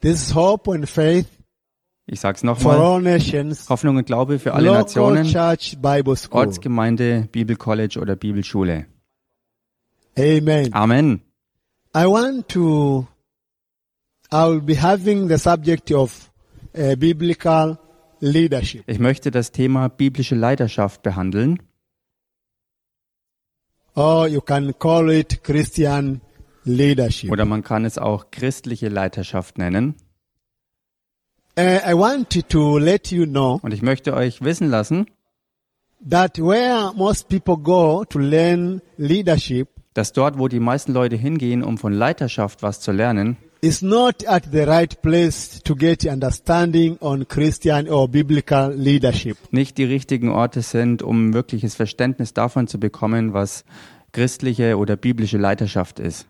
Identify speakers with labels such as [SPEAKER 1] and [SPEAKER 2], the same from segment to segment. [SPEAKER 1] This hope and faith
[SPEAKER 2] Ich sag's
[SPEAKER 1] for
[SPEAKER 2] nochmal.
[SPEAKER 1] all nations.
[SPEAKER 2] Hoffnung und Glaube für alle
[SPEAKER 1] Local
[SPEAKER 2] Nationen,
[SPEAKER 1] Church Bible School.
[SPEAKER 2] Ortsgemeinde, Bibelcollege oder Bibelschule.
[SPEAKER 1] Amen.
[SPEAKER 2] Amen.
[SPEAKER 1] I want to, I will be having the subject of uh, biblical leadership.
[SPEAKER 2] Ich möchte das Thema biblische Leidenschaft behandeln
[SPEAKER 1] Or you can call it Christian leadership.
[SPEAKER 2] oder man kann es auch christliche Leidenschaft nennen.
[SPEAKER 1] Uh, I want to let you know
[SPEAKER 2] Und ich möchte euch wissen lassen,
[SPEAKER 1] that where most people go to learn leadership
[SPEAKER 2] dass dort, wo die meisten Leute hingehen, um von Leiterschaft was zu lernen,
[SPEAKER 1] is not at the right place to get understanding on Christian or biblical leadership.
[SPEAKER 2] nicht die richtigen Orte sind, um wirkliches Verständnis davon zu bekommen, was christliche oder biblische Leiterschaft ist.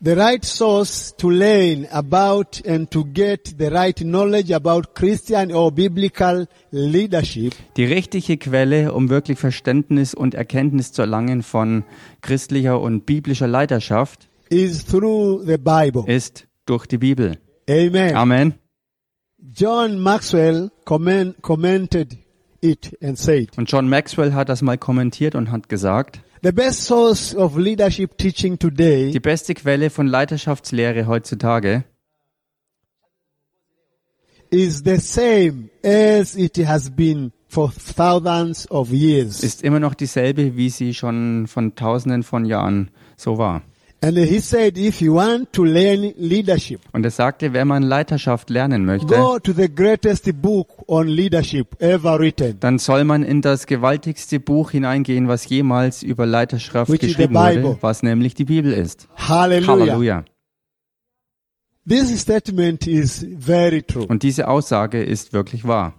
[SPEAKER 1] The right source to learn about and to get the right knowledge about Christian or biblical leadership
[SPEAKER 2] Die richtige Quelle, um wirklich Verständnis und Erkenntnis zu erlangen von christlicher und biblischer Leiterschaft,
[SPEAKER 1] is through the Bible.
[SPEAKER 2] ist durch die Bibel.
[SPEAKER 1] Amen.
[SPEAKER 2] Amen.
[SPEAKER 1] John Maxwell comment, commented it and said,
[SPEAKER 2] Und John Maxwell hat das mal kommentiert und hat gesagt,
[SPEAKER 1] the best source of leadership teaching today
[SPEAKER 2] die beste Quelle von Leiterschaftslehre heutzutage
[SPEAKER 1] is the same as it has been for thousands of years.
[SPEAKER 2] ist immer noch dieselbe, wie sie schon von tausenden von Jahren so war.
[SPEAKER 1] And he said, if you want to learn leadership,
[SPEAKER 2] Und er sagte, wenn man Leiterschaft lernen möchte,
[SPEAKER 1] go to the greatest book on leadership ever written,
[SPEAKER 2] dann soll man in das gewaltigste Buch hineingehen, was jemals über Leiterschaft
[SPEAKER 1] Which is the
[SPEAKER 2] geschrieben wurde,
[SPEAKER 1] Bible.
[SPEAKER 2] was nämlich die Bibel ist.
[SPEAKER 1] Hallelujah.
[SPEAKER 2] Halleluja.
[SPEAKER 1] This statement is very true.
[SPEAKER 2] Und diese Aussage ist wirklich wahr.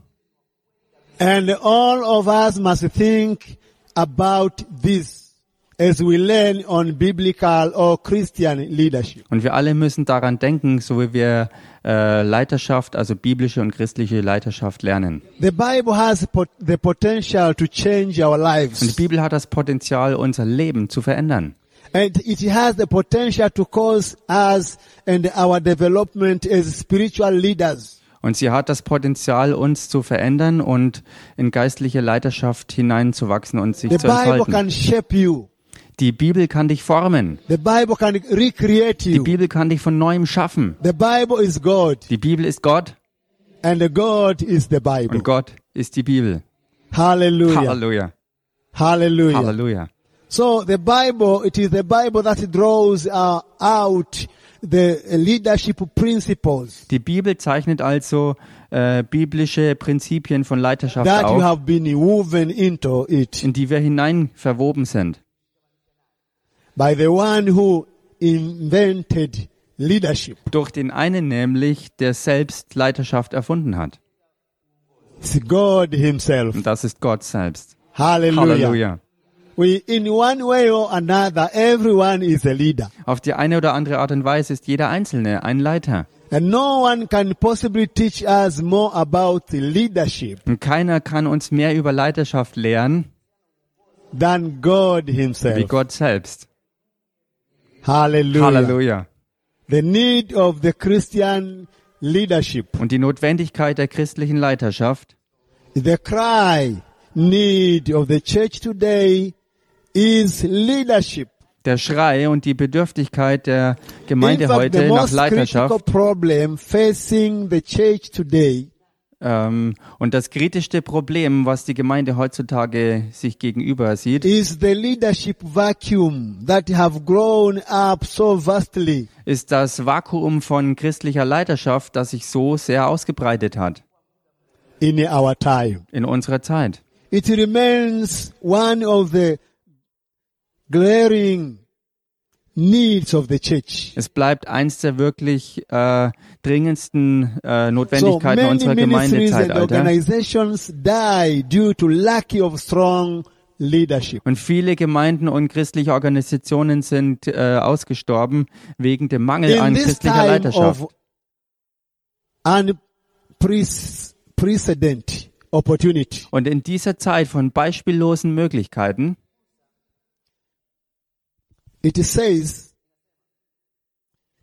[SPEAKER 1] And all of us must think about this as we learn on biblical or Christian leadership.
[SPEAKER 2] Und wir alle müssen daran denken, so wie wir äh, Leiterschaft, also biblische und christliche Leiterschaft lernen.
[SPEAKER 1] The Bible has pot- the potential to change our
[SPEAKER 2] Und die
[SPEAKER 1] lives.
[SPEAKER 2] Bibel hat das Potenzial, unser Leben zu verändern.
[SPEAKER 1] And it has the potential to cause us and our development as spiritual leaders.
[SPEAKER 2] Und sie hat das Potenzial, uns zu verändern und in geistliche Leiterschaft hineinzuwachsen und sich
[SPEAKER 1] The
[SPEAKER 2] zu
[SPEAKER 1] Bible
[SPEAKER 2] entfalten.
[SPEAKER 1] can shape you.
[SPEAKER 2] Die Bibel kann dich formen.
[SPEAKER 1] The Bible can recreate
[SPEAKER 2] Die
[SPEAKER 1] you.
[SPEAKER 2] Bibel kann dich von neuem schaffen.
[SPEAKER 1] The Bible is God
[SPEAKER 2] Die Bibel ist Gott
[SPEAKER 1] and God is the Bible.
[SPEAKER 2] und Gott ist die Bibel.
[SPEAKER 1] Hallelujah.
[SPEAKER 2] Halleluja.
[SPEAKER 1] Hallelujah.
[SPEAKER 2] Halleluja.
[SPEAKER 1] So the Bible, it is the Bible that draws uh, out the leadership principles
[SPEAKER 2] Die Bibel zeichnet also äh, biblische Prinzipien von Leiterschaft
[SPEAKER 1] that you
[SPEAKER 2] auf,
[SPEAKER 1] have been woven into it
[SPEAKER 2] in die wir hinein verwoben sind.
[SPEAKER 1] by the one who invented leadership.
[SPEAKER 2] Durch den einen nämlich, der selbst Leiterschaft erfunden hat.
[SPEAKER 1] It's God himself.
[SPEAKER 2] Und das ist Gott selbst.
[SPEAKER 1] Hallelujah.
[SPEAKER 2] Halleluja.
[SPEAKER 1] We, in one way or another, everyone is a leader.
[SPEAKER 2] Auf die eine oder andere Art und Weise ist jeder Einzelne ein Leiter.
[SPEAKER 1] And no one can possibly teach us more about the leadership
[SPEAKER 2] Und keiner kann uns mehr über Leiterschaft lehren
[SPEAKER 1] than God
[SPEAKER 2] wie
[SPEAKER 1] himself.
[SPEAKER 2] Gott selbst.
[SPEAKER 1] Hallelujah.
[SPEAKER 2] Halleluja.
[SPEAKER 1] The need of the Christian leadership.
[SPEAKER 2] Und die Notwendigkeit der christlichen Leiterschaft,
[SPEAKER 1] The cry need of the church today is leadership.
[SPEAKER 2] der Schrei und die Bedürftigkeit der
[SPEAKER 1] In
[SPEAKER 2] Gemeinde
[SPEAKER 1] fact, the
[SPEAKER 2] heute
[SPEAKER 1] most
[SPEAKER 2] nach
[SPEAKER 1] critical
[SPEAKER 2] Leiterschaft
[SPEAKER 1] problem facing the church today
[SPEAKER 2] ähm, und das kritischste Problem, was die Gemeinde heutzutage sich gegenüber sieht,
[SPEAKER 1] is the leadership vacuum that have grown up so vastly.
[SPEAKER 2] ist das Vakuum von christlicher Leiterschaft, das sich so sehr ausgebreitet hat
[SPEAKER 1] In our time,
[SPEAKER 2] in unserer Zeit.
[SPEAKER 1] it remains one of the glaring needs of the church.
[SPEAKER 2] Es bleibt eins der wirklich äh, dringendsten äh,
[SPEAKER 1] So
[SPEAKER 2] Notwendigkeiten
[SPEAKER 1] many
[SPEAKER 2] unserer
[SPEAKER 1] ministries and
[SPEAKER 2] Gemeindezeitalter.
[SPEAKER 1] organizations die due to lack of strong leadership.
[SPEAKER 2] Und viele Gemeinden und christliche Organisationen sind äh, ausgestorben wegen dem Mangel
[SPEAKER 1] in
[SPEAKER 2] an
[SPEAKER 1] this
[SPEAKER 2] christlicher
[SPEAKER 1] time
[SPEAKER 2] Leiterschaft.
[SPEAKER 1] of unprecedented opportunity,
[SPEAKER 2] Und in dieser Zeit von beispiellosen Möglichkeiten
[SPEAKER 1] it says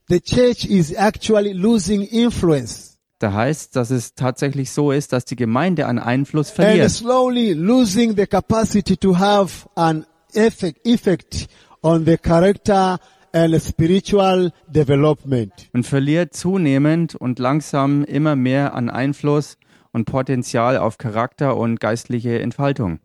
[SPEAKER 1] the church is actually losing influence
[SPEAKER 2] Da heißt, dass es tatsächlich so ist, dass die Gemeinde an Einfluss
[SPEAKER 1] and
[SPEAKER 2] verliert
[SPEAKER 1] slowly losing the capacity to have an effect, effect on the character and spiritual development.
[SPEAKER 2] und verliert zunehmend und langsam immer mehr an Einfluss und Potenzial auf Charakter und geistliche Entfaltung.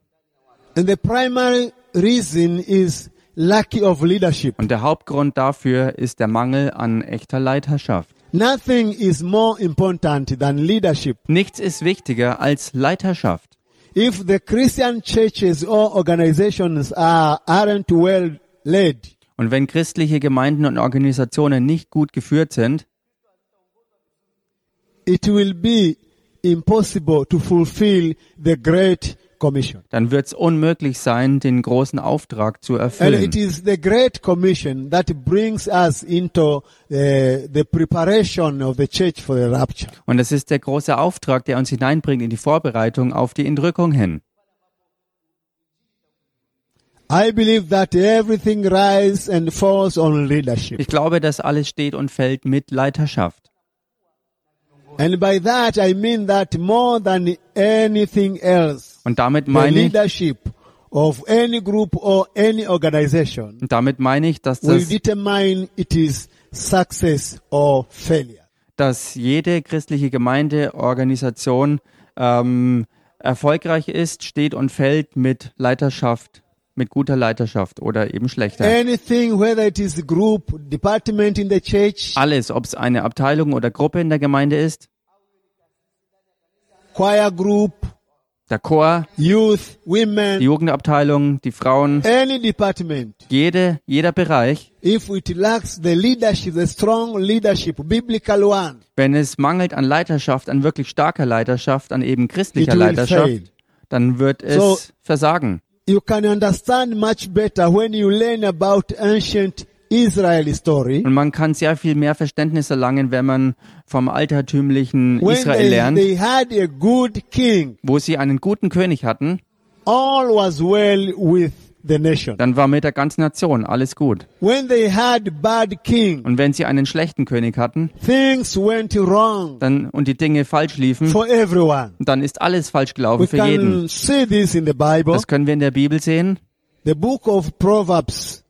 [SPEAKER 1] And the primary reason is lack of leadership.
[SPEAKER 2] Und der Hauptgrund dafür ist der Mangel an echter Leiterschaft.
[SPEAKER 1] Nothing is more important than leadership.
[SPEAKER 2] Nichts ist wichtiger als Leiterschaft.
[SPEAKER 1] If the Christian churches or organizations are, aren't well led,
[SPEAKER 2] Und wenn christliche Gemeinden und Organisationen nicht gut geführt sind,
[SPEAKER 1] it will be impossible to fulfill the Great Commission.
[SPEAKER 2] dann wird es unmöglich sein, den großen Auftrag zu
[SPEAKER 1] And it
[SPEAKER 2] erfüllen.
[SPEAKER 1] is the Great Commission that brings us into uh, the preparation of the church for the rapture.
[SPEAKER 2] Und es ist der große Auftrag, der uns hineinbringt in die Vorbereitung auf die Entrückung hin.
[SPEAKER 1] I believe that everything rises and falls on leadership.
[SPEAKER 2] Ich glaube, dass alles steht und fällt mit Leiterschaft.
[SPEAKER 1] And by that I mean that more than anything else,
[SPEAKER 2] Und damit
[SPEAKER 1] the
[SPEAKER 2] meine ich,
[SPEAKER 1] leadership of any group or any organization
[SPEAKER 2] und damit meine ich, dass
[SPEAKER 1] will
[SPEAKER 2] das,
[SPEAKER 1] determine it is success or failure.
[SPEAKER 2] dass jede christliche Gemeinde, Organisation ähm, erfolgreich ist, steht und fällt mit Leiterschaft, mit guter Leiterschaft oder eben schlechter.
[SPEAKER 1] Äh. Anything, whether it is group, department in the church,
[SPEAKER 2] Alles, ob es eine Abteilung oder Gruppe in der Gemeinde ist,
[SPEAKER 1] choir group,
[SPEAKER 2] der Chor,
[SPEAKER 1] youth,
[SPEAKER 2] die
[SPEAKER 1] women,
[SPEAKER 2] Jugendabteilung, die Frauen,
[SPEAKER 1] any department,
[SPEAKER 2] jede, jeder Bereich,
[SPEAKER 1] if it lacks the leadership, the strong leadership, biblical one,
[SPEAKER 2] wenn es mangelt an Leiterschaft, an wirklich starker Leiterschaft, an eben christlicher
[SPEAKER 1] It will fail.
[SPEAKER 2] Leiterschaft, dann wird es
[SPEAKER 1] So-
[SPEAKER 2] versagen.
[SPEAKER 1] you can understand much better when you learn about ancient Israel story.
[SPEAKER 2] Und man kann sehr viel mehr Verständnis erlangen, wenn man vom altertümlichen
[SPEAKER 1] When
[SPEAKER 2] Israel
[SPEAKER 1] they,
[SPEAKER 2] lernt,
[SPEAKER 1] they had a good king,
[SPEAKER 2] wo sie einen guten König hatten,
[SPEAKER 1] all was well with the nation.
[SPEAKER 2] dann war mit der ganzen Nation alles gut.
[SPEAKER 1] When they had bad king,
[SPEAKER 2] Und wenn sie einen schlechten König hatten,
[SPEAKER 1] things went wrong
[SPEAKER 2] dann und die Dinge falsch liefen,
[SPEAKER 1] for everyone.
[SPEAKER 2] dann ist alles falsch gelaufen
[SPEAKER 1] We
[SPEAKER 2] für jeden.
[SPEAKER 1] can see this in the Bible.
[SPEAKER 2] Das können wir in der Bibel sehen,
[SPEAKER 1] The book of Proverbs,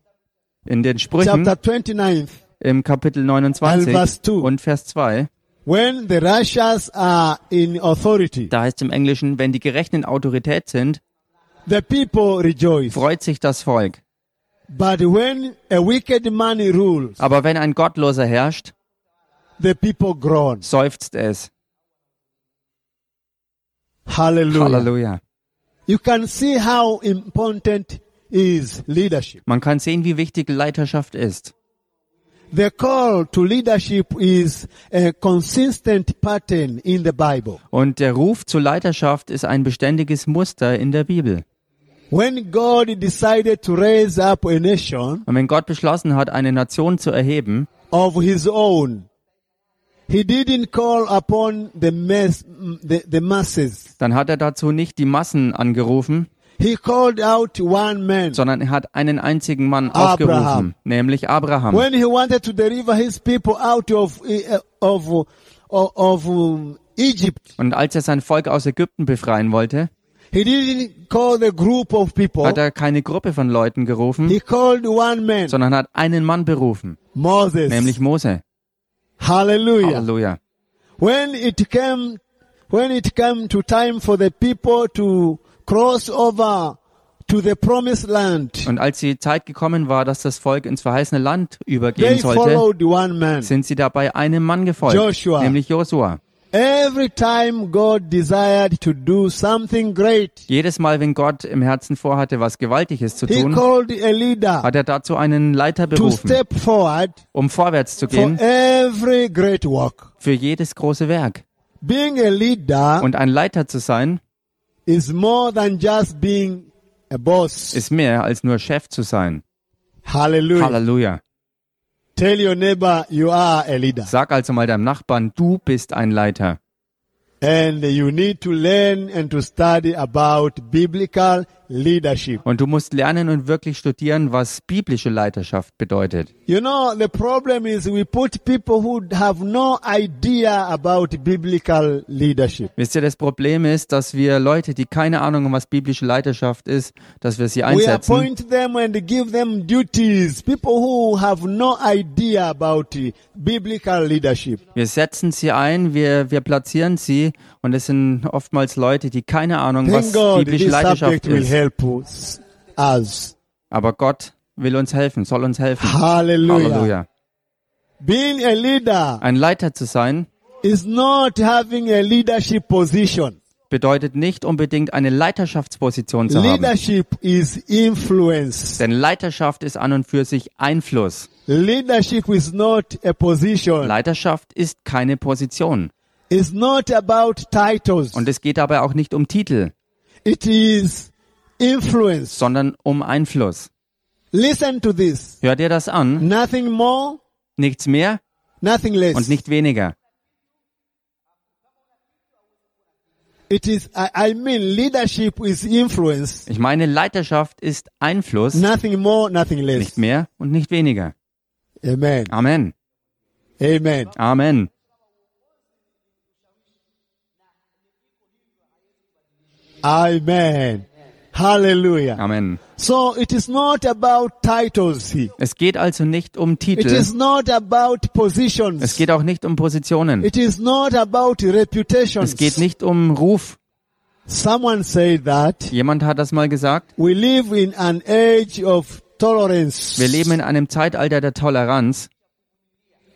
[SPEAKER 2] in den Sprüchen
[SPEAKER 1] chapter 29,
[SPEAKER 2] im Kapitel
[SPEAKER 1] And verse
[SPEAKER 2] 29
[SPEAKER 1] two.
[SPEAKER 2] und Vers 2.
[SPEAKER 1] when the Russians are in authority,
[SPEAKER 2] Da heißt im Englischen, wenn die Gerechten in Autorität sind,
[SPEAKER 1] the people rejoice.
[SPEAKER 2] freut sich das Volk.
[SPEAKER 1] But when a wicked man rules,
[SPEAKER 2] Aber wenn ein Gottloser herrscht,
[SPEAKER 1] the people groan.
[SPEAKER 2] seufzt es.
[SPEAKER 1] Hallelujah.
[SPEAKER 2] Halleluja.
[SPEAKER 1] You can see how important is leadership.
[SPEAKER 2] Man kann sehen, wie wichtig Leiterschaft ist.
[SPEAKER 1] The call to leadership is a consistent pattern in the Bible.
[SPEAKER 2] Und der Ruf zur Leiterschaft ist ein beständiges Muster in der Bibel.
[SPEAKER 1] When God decided to raise up a nation
[SPEAKER 2] Und wenn Gott beschlossen hat, eine Nation zu erheben,
[SPEAKER 1] of his own, he didn't call upon the, mass, the, the masses.
[SPEAKER 2] dann hat er dazu nicht die Massen angerufen,
[SPEAKER 1] He called out one man.
[SPEAKER 2] sondern er hat einen einzigen Mann
[SPEAKER 1] Abraham.
[SPEAKER 2] aufgerufen, nämlich Abraham.
[SPEAKER 1] When he wanted to deliver his people out of, eh, of, of, of um, Egypt,
[SPEAKER 2] Und als er sein Volk aus Ägypten befreien wollte,
[SPEAKER 1] he didn't call the group of people.
[SPEAKER 2] hat er keine Gruppe von Leuten gerufen,
[SPEAKER 1] He called one man,
[SPEAKER 2] sondern hat einen Mann berufen,
[SPEAKER 1] Moses.
[SPEAKER 2] nämlich Mose.
[SPEAKER 1] Hallelujah.
[SPEAKER 2] Halleluja.
[SPEAKER 1] When it came, when it came to time for the people to cross over to the promised land,
[SPEAKER 2] Und als die Zeit gekommen war, dass das Volk ins verheißene Land übergehen
[SPEAKER 1] they
[SPEAKER 2] sollte,
[SPEAKER 1] followed one man.
[SPEAKER 2] sind sie dabei einem Mann gefolgt,
[SPEAKER 1] Joshua.
[SPEAKER 2] nämlich Josua.
[SPEAKER 1] Every time God desired to do something great,
[SPEAKER 2] Jedes Mal, wenn Gott im Herzen vorhatte, was Gewaltiges zu
[SPEAKER 1] He
[SPEAKER 2] tun,
[SPEAKER 1] called a leader
[SPEAKER 2] hat er dazu einen Leiter
[SPEAKER 1] to
[SPEAKER 2] berufen,
[SPEAKER 1] step forward
[SPEAKER 2] um vorwärts zu
[SPEAKER 1] for
[SPEAKER 2] gehen
[SPEAKER 1] every great work.
[SPEAKER 2] für jedes große Werk.
[SPEAKER 1] Being a leader
[SPEAKER 2] Und ein Leiter zu sein,
[SPEAKER 1] is more than just being a boss.
[SPEAKER 2] ist mehr als nur Chef zu sein.
[SPEAKER 1] Hallelujah.
[SPEAKER 2] Halleluja.
[SPEAKER 1] Tell your neighbor you are a leader.
[SPEAKER 2] Sag also mal deinem Nachbarn, du bist ein Leiter.
[SPEAKER 1] And you need to learn and to study about biblical leadership.
[SPEAKER 2] Und du musst lernen und wirklich studieren, was biblische Leiterschaft bedeutet.
[SPEAKER 1] You know, the problem is we put people who have no idea about biblical leadership.
[SPEAKER 2] Wisst ihr, das Problem ist, dass wir Leute, die keine Ahnung haben, was biblische Leiterschaft ist, dass wir sie
[SPEAKER 1] We
[SPEAKER 2] einsetzen.
[SPEAKER 1] appoint them and give them duties. People who have no idea about uh, biblical leadership.
[SPEAKER 2] Wir setzen sie ein, wir, wir platzieren sie und es sind oftmals Leute, die keine Ahnung, was
[SPEAKER 1] Thank God
[SPEAKER 2] biblische
[SPEAKER 1] this
[SPEAKER 2] Leiterschaft
[SPEAKER 1] subject will
[SPEAKER 2] ist.
[SPEAKER 1] help us. us.
[SPEAKER 2] Aber Gott will uns helfen, soll uns helfen.
[SPEAKER 1] Hallelujah.
[SPEAKER 2] Halleluja.
[SPEAKER 1] Being a leader
[SPEAKER 2] Ein Leiter zu sein
[SPEAKER 1] is not having a leadership position.
[SPEAKER 2] bedeutet nicht unbedingt eine Leiterschaftsposition zu haben.
[SPEAKER 1] Leadership is influence.
[SPEAKER 2] Denn Leiterschaft ist an und für sich Einfluss.
[SPEAKER 1] Leadership is not a position.
[SPEAKER 2] Leiterschaft ist keine Position.
[SPEAKER 1] It's not about titles.
[SPEAKER 2] Und es geht dabei auch nicht um Titel,
[SPEAKER 1] It is influence.
[SPEAKER 2] sondern um Einfluss.
[SPEAKER 1] Listen to this.
[SPEAKER 2] Hör dir das an,
[SPEAKER 1] Nothing more,
[SPEAKER 2] nichts mehr
[SPEAKER 1] nothing
[SPEAKER 2] und
[SPEAKER 1] less.
[SPEAKER 2] nicht weniger.
[SPEAKER 1] It is, I, I mean, leadership is influence.
[SPEAKER 2] Ich meine, Leiterschaft ist Einfluss,
[SPEAKER 1] Nothing more, nothing
[SPEAKER 2] nicht
[SPEAKER 1] less.
[SPEAKER 2] mehr und nicht weniger.
[SPEAKER 1] Amen.
[SPEAKER 2] Amen.
[SPEAKER 1] Amen.
[SPEAKER 2] Amen.
[SPEAKER 1] Amen. Hallelujah.
[SPEAKER 2] Amen.
[SPEAKER 1] So it is not about titles here.
[SPEAKER 2] Es geht also nicht um
[SPEAKER 1] It
[SPEAKER 2] Titel.
[SPEAKER 1] is not about
[SPEAKER 2] Es
[SPEAKER 1] positions.
[SPEAKER 2] geht auch nicht um Positionen.
[SPEAKER 1] It is not about reputations.
[SPEAKER 2] Es geht nicht um Ruf.
[SPEAKER 1] Someone said that
[SPEAKER 2] Jemand hat das mal gesagt.
[SPEAKER 1] we live in an age of tolerance
[SPEAKER 2] Wir leben in einem Zeitalter der Toleranz,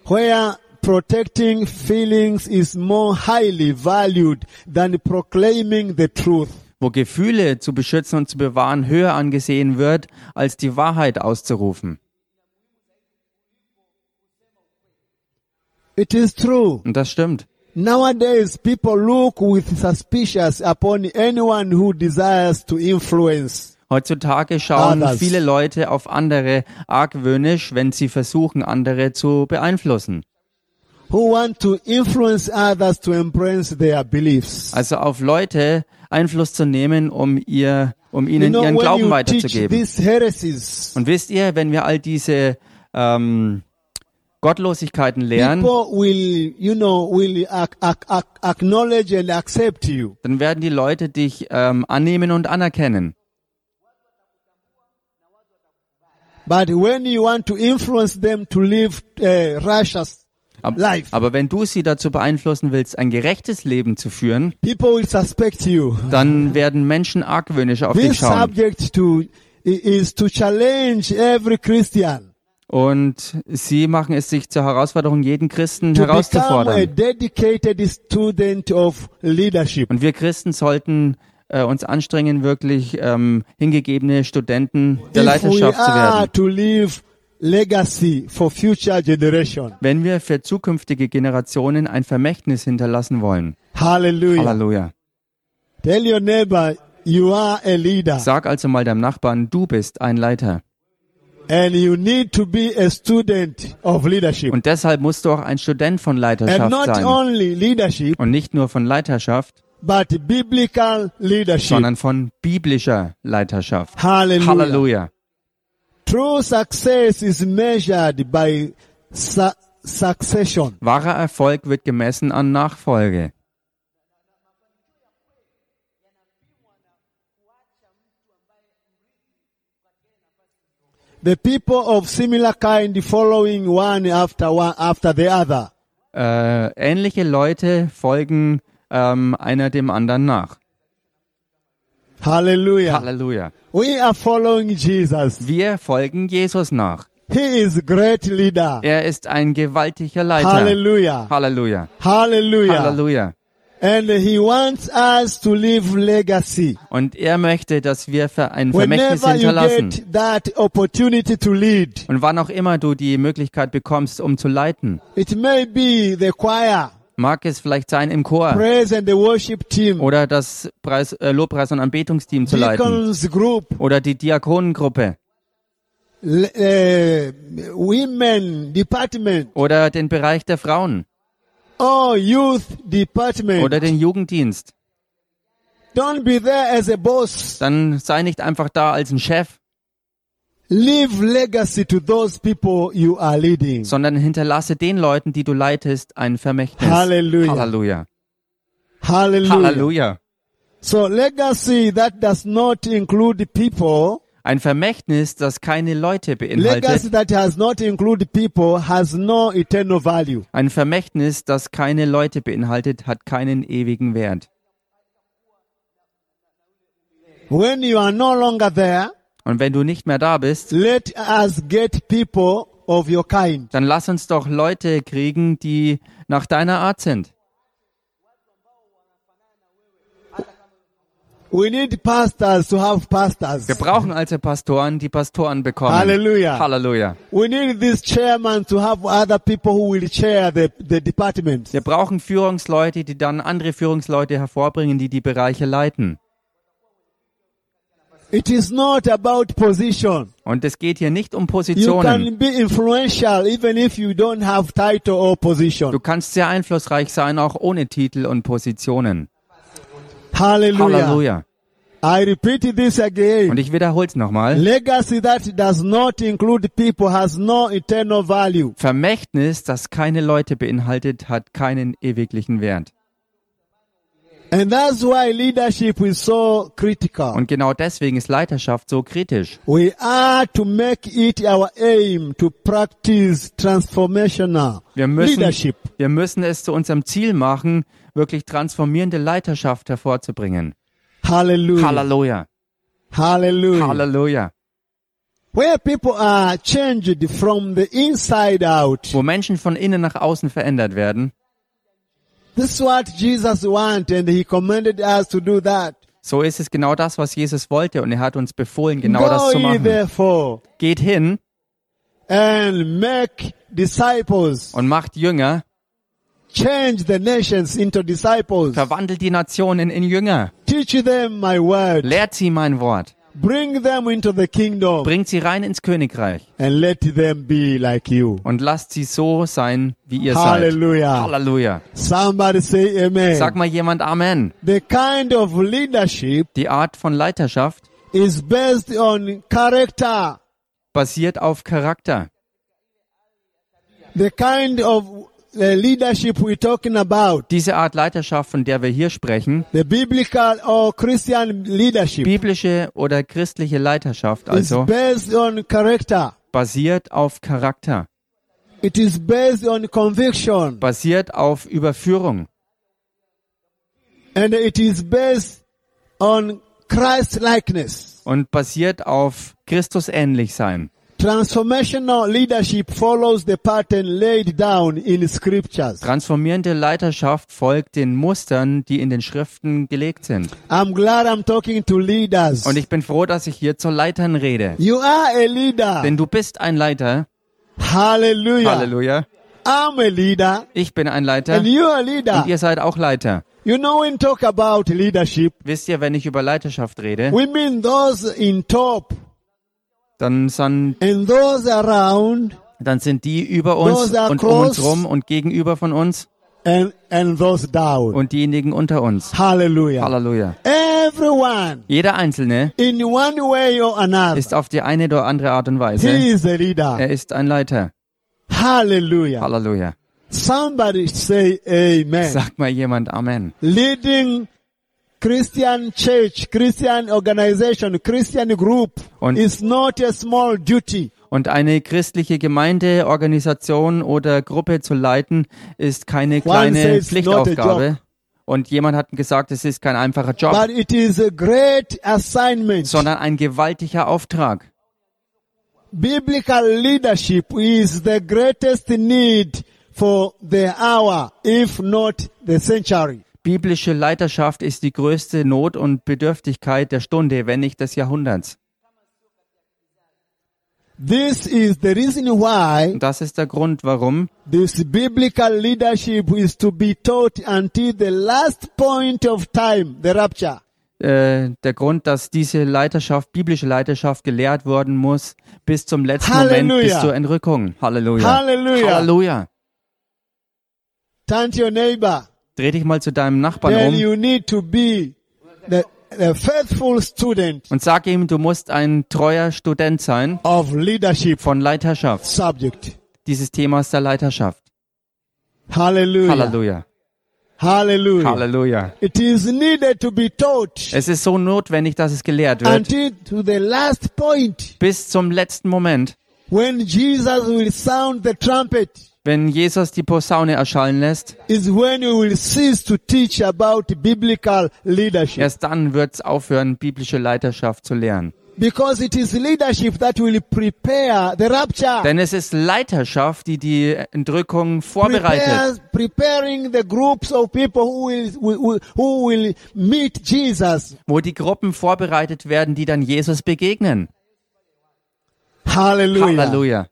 [SPEAKER 1] where protecting feelings is more highly valued than proclaiming the truth.
[SPEAKER 2] wo Gefühle zu beschützen und zu bewahren höher angesehen wird, als die Wahrheit auszurufen.
[SPEAKER 1] It is true.
[SPEAKER 2] Und das stimmt.
[SPEAKER 1] Nowadays, people look with suspicious upon anyone who desires to influence.
[SPEAKER 2] Heutzutage schauen
[SPEAKER 1] Anders.
[SPEAKER 2] viele Leute auf andere argwöhnisch, wenn sie versuchen, andere zu beeinflussen.
[SPEAKER 1] Who want to influence others to embrace their beliefs.
[SPEAKER 2] Also auf Leute Einfluss zu nehmen, um ihr, um ihnen ihren
[SPEAKER 1] when
[SPEAKER 2] Glauben
[SPEAKER 1] you teach
[SPEAKER 2] weiterzugeben.
[SPEAKER 1] these heresies,
[SPEAKER 2] Und wisst ihr, wenn wir all diese ähm, Gottlosigkeiten lernen,
[SPEAKER 1] people will, you know, will ac- ac- ac- acknowledge and accept you.
[SPEAKER 2] dann werden die Leute dich ähm, annehmen und anerkennen.
[SPEAKER 1] But when you want to influence them to live uh, righteous
[SPEAKER 2] Ab,
[SPEAKER 1] life,
[SPEAKER 2] aber wenn du sie dazu beeinflussen willst, ein gerechtes Leben zu führen,
[SPEAKER 1] people will suspect you.
[SPEAKER 2] dann werden Menschen argwöhnisch auf dich
[SPEAKER 1] This
[SPEAKER 2] schauen.
[SPEAKER 1] subject to i- is to challenge every Christian.
[SPEAKER 2] Und sie machen es sich zur Herausforderung, jeden Christen
[SPEAKER 1] to become a
[SPEAKER 2] herauszufordern.
[SPEAKER 1] dedicated student of leadership.
[SPEAKER 2] Und wir Christen sollten äh, uns anstrengen, wirklich ähm, hingegebene Studenten der
[SPEAKER 1] if we
[SPEAKER 2] Leiterschaft zu
[SPEAKER 1] are
[SPEAKER 2] werden.
[SPEAKER 1] to leave legacy for future generation.
[SPEAKER 2] Wenn wir für zukünftige Generationen ein Vermächtnis hinterlassen wollen.
[SPEAKER 1] Hallelujah.
[SPEAKER 2] Halleluja.
[SPEAKER 1] Tell your neighbor you are a leader
[SPEAKER 2] Sag also mal deinem Nachbarn, du bist ein Leiter.
[SPEAKER 1] and you need to be a student of leadership.
[SPEAKER 2] Und deshalb musst du auch ein Student von
[SPEAKER 1] And
[SPEAKER 2] Leiterschaft
[SPEAKER 1] not
[SPEAKER 2] sein.
[SPEAKER 1] only leadership,
[SPEAKER 2] Und nicht nur von Leiterschaft,
[SPEAKER 1] but biblical leadership.
[SPEAKER 2] sondern von biblischer Leiterschaft.
[SPEAKER 1] Hallelujah.
[SPEAKER 2] Halleluja.
[SPEAKER 1] True success is measured by su- succession.
[SPEAKER 2] Wahrer Erfolg wird gemessen an Nachfolge.
[SPEAKER 1] The people of similar kind following one after one after the other.
[SPEAKER 2] Äh, ähnliche Leute folgen ähm, einer dem anderen nach.
[SPEAKER 1] Hallelujah.
[SPEAKER 2] Halleluja.
[SPEAKER 1] We are following Jesus.
[SPEAKER 2] Wir folgen Jesus nach.
[SPEAKER 1] He is great leader.
[SPEAKER 2] Er ist ein gewaltiger Leiter.
[SPEAKER 1] Hallelujah.
[SPEAKER 2] Halleluja.
[SPEAKER 1] Hallelujah.
[SPEAKER 2] Halleluja.
[SPEAKER 1] And he wants us to leave legacy.
[SPEAKER 2] Und er möchte, dass wir ver- ein Vermächtnis
[SPEAKER 1] Whenever you
[SPEAKER 2] hinterlassen.
[SPEAKER 1] get that opportunity to lead,
[SPEAKER 2] Und wann auch immer du die Möglichkeit bekommst, um zu leiten,
[SPEAKER 1] it may be the choir,
[SPEAKER 2] mag es vielleicht sein, im Chor
[SPEAKER 1] praise and the worship team,
[SPEAKER 2] oder das Preis, äh, Lobpreis- und Anbetungsteam zu leiten
[SPEAKER 1] deacons group,
[SPEAKER 2] oder die Diakonengruppe
[SPEAKER 1] le- eh, women department,
[SPEAKER 2] oder den Bereich der Frauen
[SPEAKER 1] or youth department.
[SPEAKER 2] oder den Jugenddienst.
[SPEAKER 1] Don't be there as a boss.
[SPEAKER 2] Dann sei nicht einfach da als ein Chef,
[SPEAKER 1] Leave legacy to those people you are leading.
[SPEAKER 2] sondern hinterlasse den Leuten, die du leitest, ein Vermächtnis.
[SPEAKER 1] Halleluja.
[SPEAKER 2] Halleluja.
[SPEAKER 1] Hallelujah.
[SPEAKER 2] Halleluja.
[SPEAKER 1] So legacy that does not include people,
[SPEAKER 2] Ein Vermächtnis, das keine Leute
[SPEAKER 1] legacy
[SPEAKER 2] beinhaltet.
[SPEAKER 1] that has not included people has no eternal value.
[SPEAKER 2] Ein Vermächtnis, das keine Leute beinhaltet, hat keinen ewigen Wert.
[SPEAKER 1] When you are no longer there,
[SPEAKER 2] Und wenn du nicht mehr da bist,
[SPEAKER 1] let us get people of your kind.
[SPEAKER 2] dann lass uns doch Leute kriegen, die nach deiner Art sind.
[SPEAKER 1] We need pastors to have pastors.
[SPEAKER 2] Wir brauchen also Pastoren, die Pastoren bekommen.
[SPEAKER 1] Halleluja.
[SPEAKER 2] Halleluja.
[SPEAKER 1] We need this chairman to have other people who will chair the, the department.
[SPEAKER 2] Wir brauchen Führungsleute, die dann andere Führungsleute hervorbringen, die die Bereiche leiten.
[SPEAKER 1] It is not about position.
[SPEAKER 2] Und es geht hier nicht um
[SPEAKER 1] You
[SPEAKER 2] Positionen.
[SPEAKER 1] can be influential even if you don't have title or position.
[SPEAKER 2] Du kannst sehr einflussreich sein, auch ohne Titel und Positionen.
[SPEAKER 1] Hallelujah.
[SPEAKER 2] Halleluja.
[SPEAKER 1] I repeat this
[SPEAKER 2] Und
[SPEAKER 1] again.
[SPEAKER 2] ich wiederhole es nochmal.
[SPEAKER 1] Legacy that does not include people has no eternal value.
[SPEAKER 2] Vermächtnis, das keine Leute beinhaltet, hat keinen ewiglichen Wert.
[SPEAKER 1] And that's why leadership is so critical.
[SPEAKER 2] Und genau deswegen ist Leiterschaft so kritisch.
[SPEAKER 1] We are to make it our aim to practice transformational
[SPEAKER 2] Wir müssen,
[SPEAKER 1] leadership.
[SPEAKER 2] wir müssen es zu unserem Ziel machen, wirklich transformierende Leiterschaft hervorzubringen.
[SPEAKER 1] Hallelujah.
[SPEAKER 2] Halleluja.
[SPEAKER 1] Hallelujah.
[SPEAKER 2] Halleluja.
[SPEAKER 1] Where people are changed from the inside out.
[SPEAKER 2] Wo Menschen von innen nach außen verändert werden.
[SPEAKER 1] This is what Jesus wants and he commanded us to do that.
[SPEAKER 2] So ist es genau das, was Jesus wollte und er hat uns befohlen, genau
[SPEAKER 1] Go
[SPEAKER 2] das zu
[SPEAKER 1] ye
[SPEAKER 2] machen.
[SPEAKER 1] therefore
[SPEAKER 2] Geht hin
[SPEAKER 1] and make disciples.
[SPEAKER 2] und macht Jünger,
[SPEAKER 1] Change the nations into disciples.
[SPEAKER 2] verwandelt die Nationen in Jünger,
[SPEAKER 1] Teach them my word.
[SPEAKER 2] lehrt sie mein Wort,
[SPEAKER 1] Bring them into the kingdom
[SPEAKER 2] bringt sie rein ins Königreich
[SPEAKER 1] and let them be like you.
[SPEAKER 2] und lasst sie so sein, wie ihr seid.
[SPEAKER 1] Hallelujah.
[SPEAKER 2] Halleluja.
[SPEAKER 1] Somebody say
[SPEAKER 2] Sag
[SPEAKER 1] amen.
[SPEAKER 2] mal jemand Amen.
[SPEAKER 1] The kind of leadership
[SPEAKER 2] Die Art von Leiterschaft
[SPEAKER 1] is based on character.
[SPEAKER 2] basiert auf Charakter.
[SPEAKER 1] The kind of uh, leadership we're talking about.
[SPEAKER 2] Diese Art Leiterschaft, von der wir hier sprechen,
[SPEAKER 1] The biblical or Christian leadership
[SPEAKER 2] biblische oder christliche Leiterschaft
[SPEAKER 1] is
[SPEAKER 2] also,
[SPEAKER 1] based on character.
[SPEAKER 2] basiert auf Charakter,
[SPEAKER 1] It is based on conviction
[SPEAKER 2] basiert auf Überführung
[SPEAKER 1] and it is based on Christ likeness.
[SPEAKER 2] und basiert auf Christus ähnlich sein.
[SPEAKER 1] Transformational leadership follows the pattern laid down in scriptures.
[SPEAKER 2] Transformierende Leiterschaft folgt den Mustern, die in den Schriften gelegt sind.
[SPEAKER 1] I'm glad I'm talking to leaders.
[SPEAKER 2] Und ich bin froh, dass ich hier zu Leitern rede.
[SPEAKER 1] You are a leader.
[SPEAKER 2] Denn du bist ein Leiter.
[SPEAKER 1] Hallelujah.
[SPEAKER 2] Halleluja.
[SPEAKER 1] I'm a leader
[SPEAKER 2] Ich bin ein Leiter.
[SPEAKER 1] and
[SPEAKER 2] Und
[SPEAKER 1] you are a leader.
[SPEAKER 2] ihr seid auch Leiter.
[SPEAKER 1] You know when talk about leadership,
[SPEAKER 2] Wisst ihr, wenn ich über Leiterschaft rede,
[SPEAKER 1] we mean those in top
[SPEAKER 2] dann sind,
[SPEAKER 1] and those around
[SPEAKER 2] dann sind die über uns
[SPEAKER 1] Those are
[SPEAKER 2] und um uns
[SPEAKER 1] close.
[SPEAKER 2] rum und gegenüber von uns
[SPEAKER 1] and, and those down.
[SPEAKER 2] und diejenigen unter uns.
[SPEAKER 1] Hallelujah.
[SPEAKER 2] Halleluja.
[SPEAKER 1] Everyone
[SPEAKER 2] Jeder Einzelne
[SPEAKER 1] in one way or another.
[SPEAKER 2] ist auf die eine oder andere Art und
[SPEAKER 1] He
[SPEAKER 2] Weise.
[SPEAKER 1] is a leader.
[SPEAKER 2] Er ist ein Leiter.
[SPEAKER 1] Hallelujah.
[SPEAKER 2] Halleluja.
[SPEAKER 1] Somebody say amen.
[SPEAKER 2] Sag mal jemand Amen.
[SPEAKER 1] Leading Christian church, Christian organization, Christian group
[SPEAKER 2] Und-
[SPEAKER 1] is not a small duty.
[SPEAKER 2] Und eine christliche Gemeinde, Organisation oder Gruppe zu leiten, ist keine kleine
[SPEAKER 1] says not a job.
[SPEAKER 2] Pflichtaufgabe. Und jemand hat gesagt, es ist kein einfacher Job,
[SPEAKER 1] But it is a great assignment.
[SPEAKER 2] sondern ein gewaltiger Auftrag.
[SPEAKER 1] Biblical leadership is the greatest need for the hour, if not the century.
[SPEAKER 2] Biblische Leiterschaft ist die größte Not und Bedürftigkeit der Stunde, wenn nicht des Jahrhunderts.
[SPEAKER 1] This is the reason why
[SPEAKER 2] Und das ist der Grund, warum
[SPEAKER 1] This biblical leadership is to be taught until the last point of time, the rapture.
[SPEAKER 2] äh, der Grund, dass diese Leiterschaft, biblische Leiterschaft gelehrt worden muss, bis zum letzten Moment,
[SPEAKER 1] Halleluja.
[SPEAKER 2] bis zur Entrückung. Halleluja.
[SPEAKER 1] Halleluja.
[SPEAKER 2] Halleluja.
[SPEAKER 1] Turn to your neighbor.
[SPEAKER 2] Dreh dich mal zu deinem Nachbarn
[SPEAKER 1] Tell
[SPEAKER 2] um
[SPEAKER 1] you need to be the, the faithful student
[SPEAKER 2] Und sag ihm, du musst ein treuer Student sein
[SPEAKER 1] of leadership
[SPEAKER 2] von Leiterschaft,
[SPEAKER 1] subject.
[SPEAKER 2] dieses Themas der Leiterschaft.
[SPEAKER 1] Hallelujah.
[SPEAKER 2] Halleluja.
[SPEAKER 1] Hallelujah.
[SPEAKER 2] Halleluja.
[SPEAKER 1] It is needed to be taught
[SPEAKER 2] Es ist so notwendig, dass es gelehrt wird.
[SPEAKER 1] until to the last point
[SPEAKER 2] Bis zum letzten Moment,
[SPEAKER 1] when Jesus will sound the trumpet
[SPEAKER 2] wenn Jesus die Posaune erschallen lässt,
[SPEAKER 1] is when you will cease to teach about biblical leadership
[SPEAKER 2] erst dann wird's aufhören, biblische Leiterschaft zu lehren.
[SPEAKER 1] because it is leadership that will prepare the rapture.
[SPEAKER 2] Denn es ist Leiterschaft, die die Entrückung vorbereitet.
[SPEAKER 1] Prepares- preparing the groups of people who will, who, who- who will meet Jesus.
[SPEAKER 2] wo die Gruppen vorbereitet werden, die dann Jesus begegnen.
[SPEAKER 1] Hallelujah.
[SPEAKER 2] Halleluja.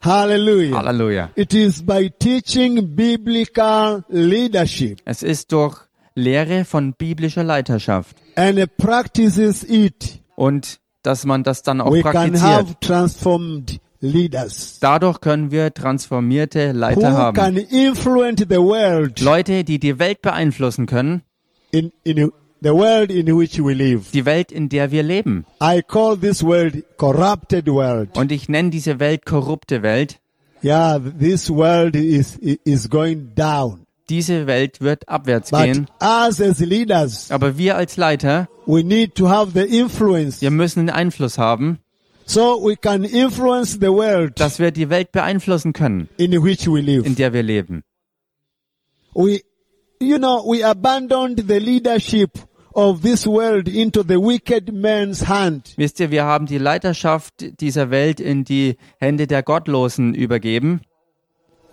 [SPEAKER 1] Hallelujah.
[SPEAKER 2] Halleluja.
[SPEAKER 1] It is by teaching biblical leadership
[SPEAKER 2] Es ist durch Lehre von biblischer Leiterschaft
[SPEAKER 1] and practices it
[SPEAKER 2] und dass man das dann auch
[SPEAKER 1] we can
[SPEAKER 2] praktiziert.
[SPEAKER 1] have transformed leaders
[SPEAKER 2] Dadurch können wir transformierte
[SPEAKER 1] who
[SPEAKER 2] Leiter haben.
[SPEAKER 1] can influence the world
[SPEAKER 2] Leute, die die Welt beeinflussen können,
[SPEAKER 1] in, in the world in which we live.
[SPEAKER 2] die Welt, in der wir leben.
[SPEAKER 1] I call this world corrupted world.
[SPEAKER 2] Und ich nenne diese Welt korrupte Welt.
[SPEAKER 1] Yeah, this world is is going down.
[SPEAKER 2] Diese Welt wird abwärts
[SPEAKER 1] But
[SPEAKER 2] gehen.
[SPEAKER 1] us as leaders,
[SPEAKER 2] Aber wir als Leiter,
[SPEAKER 1] we need to have the influence
[SPEAKER 2] wir müssen einen Einfluss haben,
[SPEAKER 1] so we can influence the world
[SPEAKER 2] dass wir die Welt beeinflussen können,
[SPEAKER 1] in which we
[SPEAKER 2] in
[SPEAKER 1] live.
[SPEAKER 2] der wir leben.
[SPEAKER 1] We, you know, we abandoned the leadership of this world into the wicked man's hand.
[SPEAKER 2] Wisst ihr, wir haben die Leiterschaft dieser Welt in die Hände der Gottlosen übergeben.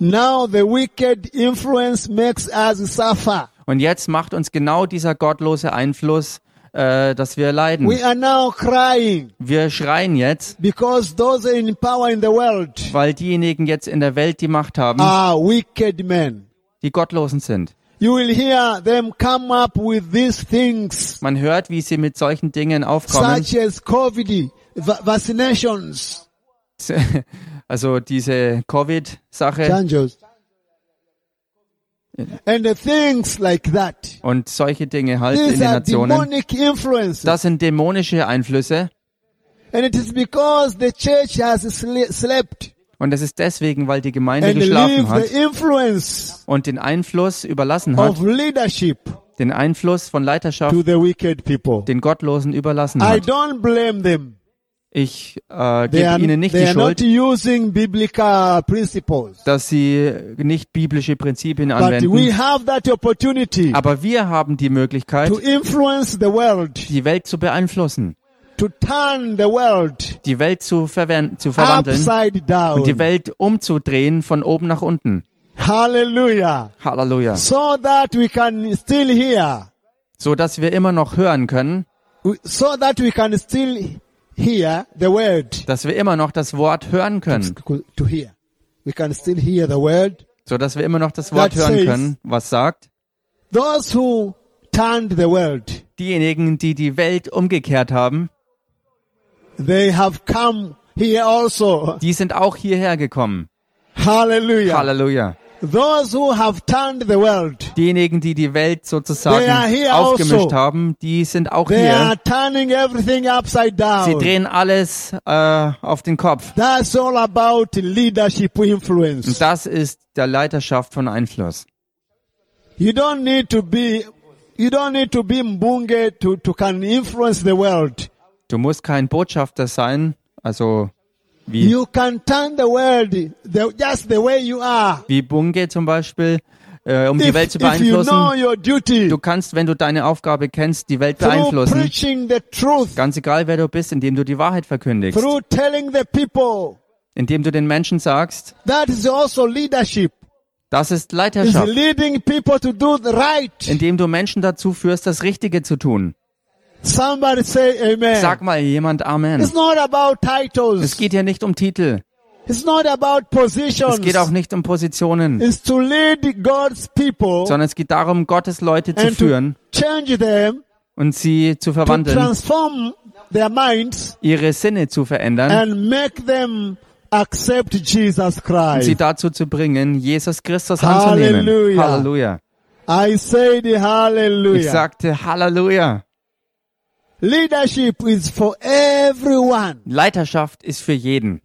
[SPEAKER 1] Now the wicked influence makes us suffer.
[SPEAKER 2] Und jetzt macht uns genau dieser gottlose Einfluss, äh, dass wir leiden.
[SPEAKER 1] We are now crying
[SPEAKER 2] Wir schreien jetzt,
[SPEAKER 1] because those in power in the world
[SPEAKER 2] weil diejenigen jetzt in der Welt die Macht haben,
[SPEAKER 1] are wicked men.
[SPEAKER 2] die Gottlosen sind.
[SPEAKER 1] You will hear them come up with these things
[SPEAKER 2] Man hört, wie sie mit solchen Dingen aufkommen.
[SPEAKER 1] such as COVID va- vaccinations,
[SPEAKER 2] Also diese Covid-Sache
[SPEAKER 1] changes, and the things like that.
[SPEAKER 2] und solche Dinge halt in
[SPEAKER 1] These
[SPEAKER 2] den
[SPEAKER 1] are
[SPEAKER 2] Nationen.
[SPEAKER 1] demonic influences.
[SPEAKER 2] Das sind dämonische Einflüsse.
[SPEAKER 1] And it is because the church has sle- slept
[SPEAKER 2] Und das ist deswegen, weil die Gemeinde
[SPEAKER 1] and leave
[SPEAKER 2] geschlafen
[SPEAKER 1] the
[SPEAKER 2] hat
[SPEAKER 1] influence
[SPEAKER 2] und den Einfluss überlassen hat.
[SPEAKER 1] of leadership
[SPEAKER 2] den Einfluss von Leiterschaft
[SPEAKER 1] to the wicked people.
[SPEAKER 2] den Gottlosen überlassen
[SPEAKER 1] I
[SPEAKER 2] hat.
[SPEAKER 1] don't blame them.
[SPEAKER 2] Ich äh,
[SPEAKER 1] They
[SPEAKER 2] gebe
[SPEAKER 1] are,
[SPEAKER 2] ihnen nicht
[SPEAKER 1] they
[SPEAKER 2] die
[SPEAKER 1] are not
[SPEAKER 2] Schuld,
[SPEAKER 1] using biblical principles.
[SPEAKER 2] dass sie nicht biblische Prinzipien
[SPEAKER 1] But we
[SPEAKER 2] anwenden.
[SPEAKER 1] have that opportunity
[SPEAKER 2] Aber wir haben die Möglichkeit,
[SPEAKER 1] to influence the world,
[SPEAKER 2] die Welt zu beeinflussen,
[SPEAKER 1] to turn the world
[SPEAKER 2] die Welt zu, verwen- zu verwandeln
[SPEAKER 1] upside
[SPEAKER 2] und die
[SPEAKER 1] down.
[SPEAKER 2] Welt umzudrehen von oben nach unten.
[SPEAKER 1] Hallelujah.
[SPEAKER 2] Halleluja.
[SPEAKER 1] So that we can still hear.
[SPEAKER 2] So dass wir immer noch hören können,
[SPEAKER 1] We- So that we can still hear the word.
[SPEAKER 2] dass wir immer noch das Wort hören können,
[SPEAKER 1] To hear. We can still hear the word.
[SPEAKER 2] so dass wir immer noch das Wort
[SPEAKER 1] That
[SPEAKER 2] hören
[SPEAKER 1] says-
[SPEAKER 2] können, was sagt,
[SPEAKER 1] Those who turned the world,
[SPEAKER 2] diejenigen, die die Welt umgekehrt haben,
[SPEAKER 1] they have come here also.
[SPEAKER 2] die sind auch hierher gekommen.
[SPEAKER 1] Hallelujah.
[SPEAKER 2] Halleluja.
[SPEAKER 1] Those who have turned the world,
[SPEAKER 2] Diejenigen, die die Welt
[SPEAKER 1] They are
[SPEAKER 2] sozusagen
[SPEAKER 1] here
[SPEAKER 2] aufgemischt
[SPEAKER 1] also.
[SPEAKER 2] haben, die sind auch
[SPEAKER 1] they
[SPEAKER 2] hier.
[SPEAKER 1] are turning everything upside
[SPEAKER 2] Sie
[SPEAKER 1] down.
[SPEAKER 2] drehen alles äh, auf den Kopf.
[SPEAKER 1] That's all about leadership
[SPEAKER 2] Und
[SPEAKER 1] influence.
[SPEAKER 2] das ist der Leiterschaft von Einfluss.
[SPEAKER 1] You don't need to be, you don't need to be Mbunge to, to can influence the world.
[SPEAKER 2] Du musst kein Botschafter sein, also wie,
[SPEAKER 1] You can turn the world the, just the way you are.
[SPEAKER 2] wie Bunge zum Beispiel, äh, um die
[SPEAKER 1] If,
[SPEAKER 2] Welt zu
[SPEAKER 1] if you know
[SPEAKER 2] beeinflussen.
[SPEAKER 1] your duty
[SPEAKER 2] Du kannst, wenn du deine Aufgabe kennst, die Welt
[SPEAKER 1] through
[SPEAKER 2] beeinflussen.
[SPEAKER 1] preaching the truth,
[SPEAKER 2] Ganz egal, wer du bist, indem du die Wahrheit verkündigst.
[SPEAKER 1] through telling the people,
[SPEAKER 2] Indem du den Menschen sagst,
[SPEAKER 1] that is also leadership.
[SPEAKER 2] das ist
[SPEAKER 1] Is
[SPEAKER 2] Leiterschaft.
[SPEAKER 1] leading people to do the right.
[SPEAKER 2] Indem du Menschen dazu führst, das Richtige zu tun.
[SPEAKER 1] Somebody say amen.
[SPEAKER 2] Sag mal jemand Amen.
[SPEAKER 1] It's not about
[SPEAKER 2] Es
[SPEAKER 1] titles.
[SPEAKER 2] geht hier nicht um Titel.
[SPEAKER 1] It's not about positions.
[SPEAKER 2] Es geht auch nicht um Positionen,
[SPEAKER 1] It's to lead God's people
[SPEAKER 2] sondern es geht darum, Gottes Leute zu
[SPEAKER 1] and to
[SPEAKER 2] führen
[SPEAKER 1] change them,
[SPEAKER 2] und sie zu
[SPEAKER 1] to
[SPEAKER 2] verwandeln,
[SPEAKER 1] transform their minds
[SPEAKER 2] ihre Sinne zu verändern
[SPEAKER 1] and make them accept Jesus
[SPEAKER 2] und sie
[SPEAKER 1] Christ.
[SPEAKER 2] dazu zu bringen, Jesus Christus anzunehmen.
[SPEAKER 1] Halleluja.
[SPEAKER 2] Halleluja.
[SPEAKER 1] I said
[SPEAKER 2] Ich
[SPEAKER 1] hallelujah.
[SPEAKER 2] sagte Halleluja.
[SPEAKER 1] Leadership is for everyone.
[SPEAKER 2] Leiterschaft ist für jeden.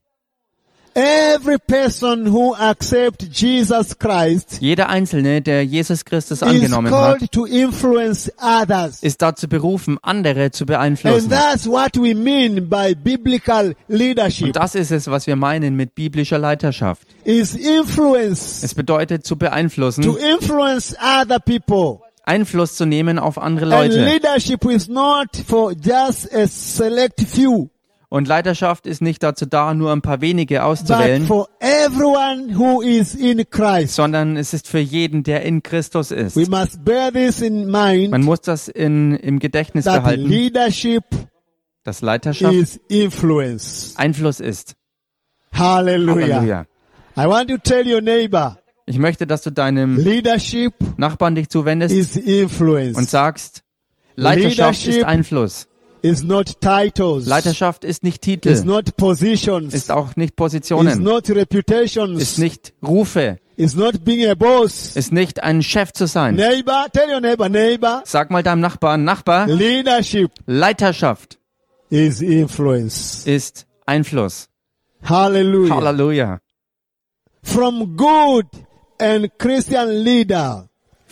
[SPEAKER 1] Every person who accepts Jesus Christ
[SPEAKER 2] Jeder Einzelne, der Jesus Christus
[SPEAKER 1] is
[SPEAKER 2] angenommen hat,
[SPEAKER 1] called to influence others.
[SPEAKER 2] ist dazu berufen, andere zu
[SPEAKER 1] And
[SPEAKER 2] beeinflussen.
[SPEAKER 1] that's what we mean by biblical leadership
[SPEAKER 2] Und das ist es, was wir meinen mit biblischer Leiterschaft.
[SPEAKER 1] is influence
[SPEAKER 2] Es bedeutet zu
[SPEAKER 1] to
[SPEAKER 2] beeinflussen,
[SPEAKER 1] influence other people.
[SPEAKER 2] Einfluss zu nehmen auf andere
[SPEAKER 1] And
[SPEAKER 2] Leute.
[SPEAKER 1] leadership is not for just a select few,
[SPEAKER 2] Und Leiterschaft ist nicht dazu da, nur ein paar wenige
[SPEAKER 1] but
[SPEAKER 2] auszuwählen,
[SPEAKER 1] for everyone who is in Christ.
[SPEAKER 2] sondern es ist für jeden, der in Christus ist.
[SPEAKER 1] We must bear this in
[SPEAKER 2] Man
[SPEAKER 1] mind
[SPEAKER 2] muss das in, im Gedächtnis
[SPEAKER 1] that
[SPEAKER 2] behalten,
[SPEAKER 1] leadership
[SPEAKER 2] dass Leiterschaft
[SPEAKER 1] is influence.
[SPEAKER 2] Einfluss ist.
[SPEAKER 1] Hallelujah.
[SPEAKER 2] Halleluja.
[SPEAKER 1] I want to tell your neighbor,
[SPEAKER 2] Ich möchte, dass du deinem
[SPEAKER 1] leadership
[SPEAKER 2] Nachbarn dich zuwendest
[SPEAKER 1] is influence.
[SPEAKER 2] und sagst, Leiterschaft ist
[SPEAKER 1] Leadership-
[SPEAKER 2] Einfluss.
[SPEAKER 1] It's not titles.
[SPEAKER 2] Leiterschaft ist nicht
[SPEAKER 1] It's
[SPEAKER 2] Titel,
[SPEAKER 1] not positions.
[SPEAKER 2] ist auch nicht
[SPEAKER 1] It's
[SPEAKER 2] Positionen,
[SPEAKER 1] not reputations.
[SPEAKER 2] ist nicht Rufe,
[SPEAKER 1] It's not being a boss.
[SPEAKER 2] ist nicht ein Chef zu sein.
[SPEAKER 1] Neighbor, tell your neighbor, neighbor,
[SPEAKER 2] Sag mal deinem Nachbarn, Nachbar,
[SPEAKER 1] leadership
[SPEAKER 2] Leiterschaft
[SPEAKER 1] is influence.
[SPEAKER 2] ist Einfluss.
[SPEAKER 1] Hallelujah.
[SPEAKER 2] Halleluja.
[SPEAKER 1] From good and Christian leader,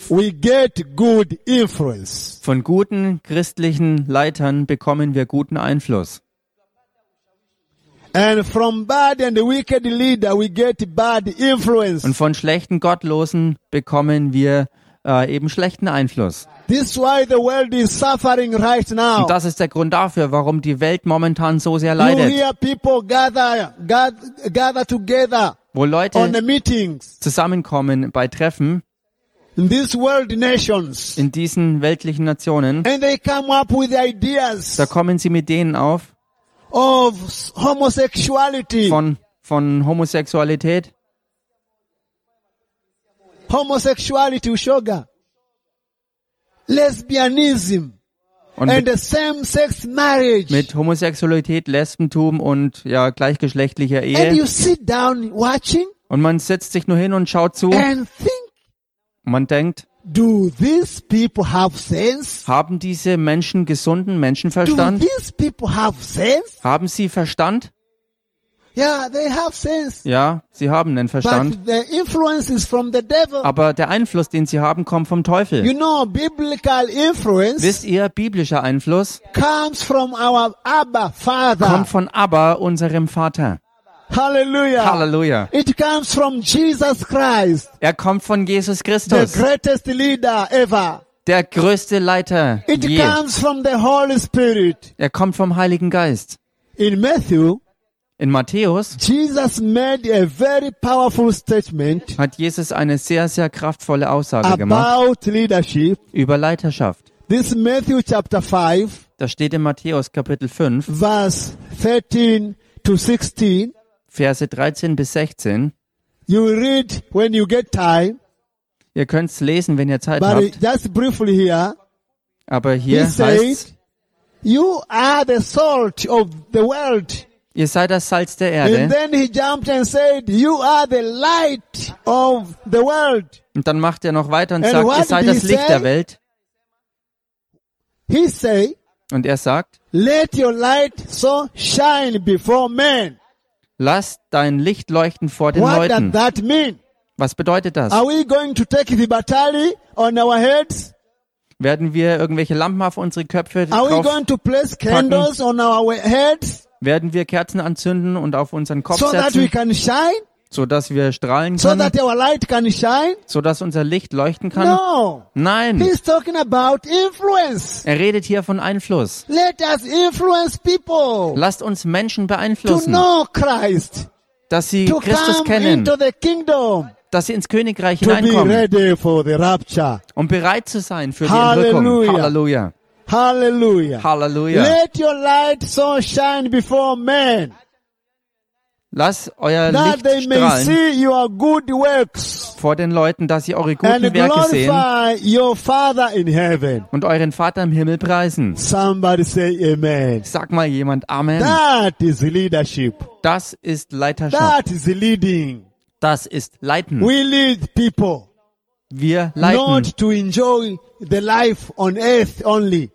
[SPEAKER 1] we get good influence.
[SPEAKER 2] Von guten christlichen Leitern bekommen wir guten Einfluss.
[SPEAKER 1] And from bad and wicked leader, we get bad influence.
[SPEAKER 2] Und von schlechten Gottlosen bekommen wir äh, eben schlechten Einfluss.
[SPEAKER 1] This is why the world is suffering right now.
[SPEAKER 2] Und das ist der Grund dafür, warum die Welt momentan so sehr
[SPEAKER 1] You
[SPEAKER 2] leidet.
[SPEAKER 1] hear people gather, gather, gather together
[SPEAKER 2] Wo
[SPEAKER 1] on the
[SPEAKER 2] Leute
[SPEAKER 1] meetings.
[SPEAKER 2] zusammenkommen bei Treffen
[SPEAKER 1] in these world nations
[SPEAKER 2] in diesen weltlichen Nationen,
[SPEAKER 1] and they come up with ideas
[SPEAKER 2] da kommen sie mit denen auf
[SPEAKER 1] of homosexuality
[SPEAKER 2] von, von Homosexualität,
[SPEAKER 1] homosexuality ushoga lesbianism
[SPEAKER 2] Und
[SPEAKER 1] and the
[SPEAKER 2] mit,
[SPEAKER 1] same sex marriage
[SPEAKER 2] mit Homosexualität, Lesbentum und ja, gleichgeschlechtlicher
[SPEAKER 1] and you
[SPEAKER 2] Ehe.
[SPEAKER 1] sit down watching
[SPEAKER 2] Und man setzt sich nur hin und schaut zu. Und
[SPEAKER 1] and think
[SPEAKER 2] man denkt,
[SPEAKER 1] do these people have sense
[SPEAKER 2] haben diese Menschen gesunden
[SPEAKER 1] do
[SPEAKER 2] Menschenverstand?
[SPEAKER 1] these people have sense
[SPEAKER 2] Haben sie Verstand?
[SPEAKER 1] yeah they have sense
[SPEAKER 2] Ja, sie haben einen Verstand.
[SPEAKER 1] but the influence is from the devil
[SPEAKER 2] Aber der Einfluss, den sie haben, kommt vom
[SPEAKER 1] you
[SPEAKER 2] Teufel.
[SPEAKER 1] know biblical influence
[SPEAKER 2] Wisst ihr, biblischer Einfluss
[SPEAKER 1] comes from our Abba Father.
[SPEAKER 2] kommt von Abba, unserem Vater.
[SPEAKER 1] Hallelujah.
[SPEAKER 2] Halleluja.
[SPEAKER 1] It comes from Jesus Christ,
[SPEAKER 2] Er kommt von Jesus
[SPEAKER 1] the
[SPEAKER 2] Christus,
[SPEAKER 1] greatest leader ever.
[SPEAKER 2] der größte Leiter
[SPEAKER 1] It
[SPEAKER 2] je.
[SPEAKER 1] comes from the Holy Spirit.
[SPEAKER 2] Er kommt vom Heiligen Geist.
[SPEAKER 1] In Matthew,
[SPEAKER 2] In Matthäus
[SPEAKER 1] Jesus made a very powerful statement
[SPEAKER 2] hat Jesus eine sehr, sehr kraftvolle Aussage gemacht
[SPEAKER 1] about leadership.
[SPEAKER 2] über Leiterschaft.
[SPEAKER 1] This Matthew chapter 5,
[SPEAKER 2] Das steht in Matthäus Kapitel 5,
[SPEAKER 1] verse 13 to 16.
[SPEAKER 2] Verse 13 bis 16.
[SPEAKER 1] You read when you get time,
[SPEAKER 2] Ihr könnt's lesen, wenn ihr Zeit
[SPEAKER 1] but
[SPEAKER 2] habt.
[SPEAKER 1] just briefly here.
[SPEAKER 2] Aber
[SPEAKER 1] He
[SPEAKER 2] hier
[SPEAKER 1] said,
[SPEAKER 2] heißt,
[SPEAKER 1] You are the salt of the world.
[SPEAKER 2] ihr seid das Salz der
[SPEAKER 1] And
[SPEAKER 2] Erde.
[SPEAKER 1] then he jumped and said, You are the light of the world.
[SPEAKER 2] Und dann macht er noch weiter und
[SPEAKER 1] And
[SPEAKER 2] sagt,
[SPEAKER 1] what
[SPEAKER 2] ihr seid
[SPEAKER 1] did
[SPEAKER 2] das
[SPEAKER 1] he
[SPEAKER 2] Licht
[SPEAKER 1] say?
[SPEAKER 2] der Welt.
[SPEAKER 1] He said,
[SPEAKER 2] Und er sagt,
[SPEAKER 1] Let your light so shine before men.
[SPEAKER 2] lass dein Licht leuchten vor den
[SPEAKER 1] What does
[SPEAKER 2] Leuten.
[SPEAKER 1] that mean?
[SPEAKER 2] Was bedeutet das?
[SPEAKER 1] Are we going to take the battery on our heads?
[SPEAKER 2] Werden wir irgendwelche Lampen auf unsere Köpfe
[SPEAKER 1] Are we
[SPEAKER 2] drauf?
[SPEAKER 1] going to place candles on our heads
[SPEAKER 2] Werden wir Kerzen anzünden und auf unseren Kopf
[SPEAKER 1] so that we
[SPEAKER 2] setzen,
[SPEAKER 1] can shine?
[SPEAKER 2] so dass wir strahlen
[SPEAKER 1] So
[SPEAKER 2] können,
[SPEAKER 1] that our light can shine?
[SPEAKER 2] so dass unser Licht leuchten kann?
[SPEAKER 1] No.
[SPEAKER 2] Nein.
[SPEAKER 1] He's talking about influence.
[SPEAKER 2] Er redet hier von Einfluss.
[SPEAKER 1] Let us influence people
[SPEAKER 2] Lasst uns Menschen
[SPEAKER 1] to
[SPEAKER 2] beeinflussen,
[SPEAKER 1] know Christ.
[SPEAKER 2] dass sie
[SPEAKER 1] to
[SPEAKER 2] Christus
[SPEAKER 1] come
[SPEAKER 2] kennen,
[SPEAKER 1] into the kingdom
[SPEAKER 2] dass sie ins Königreich
[SPEAKER 1] to be
[SPEAKER 2] hineinkommen
[SPEAKER 1] ready for the rapture.
[SPEAKER 2] und bereit zu sein für die
[SPEAKER 1] Halleluja.
[SPEAKER 2] Entrückung. Halleluja.
[SPEAKER 1] Hallelujah.
[SPEAKER 2] Halleluja.
[SPEAKER 1] Let your light so shine before men
[SPEAKER 2] Lasst euer
[SPEAKER 1] that
[SPEAKER 2] Licht
[SPEAKER 1] they may
[SPEAKER 2] strahlen
[SPEAKER 1] see your good works
[SPEAKER 2] vor den Leuten, dass sie eure
[SPEAKER 1] and
[SPEAKER 2] guten Werke sehen
[SPEAKER 1] glorify your Father in heaven.
[SPEAKER 2] und euren Vater im Himmel preisen.
[SPEAKER 1] Somebody say amen.
[SPEAKER 2] Sag mal jemand Amen.
[SPEAKER 1] That is leadership.
[SPEAKER 2] Das ist Leiterschaft.
[SPEAKER 1] That is leading. Hmm.
[SPEAKER 2] Das ist Leiten.
[SPEAKER 1] We lead people.
[SPEAKER 2] Wir leiten,
[SPEAKER 1] not to enjoy the life on earth only,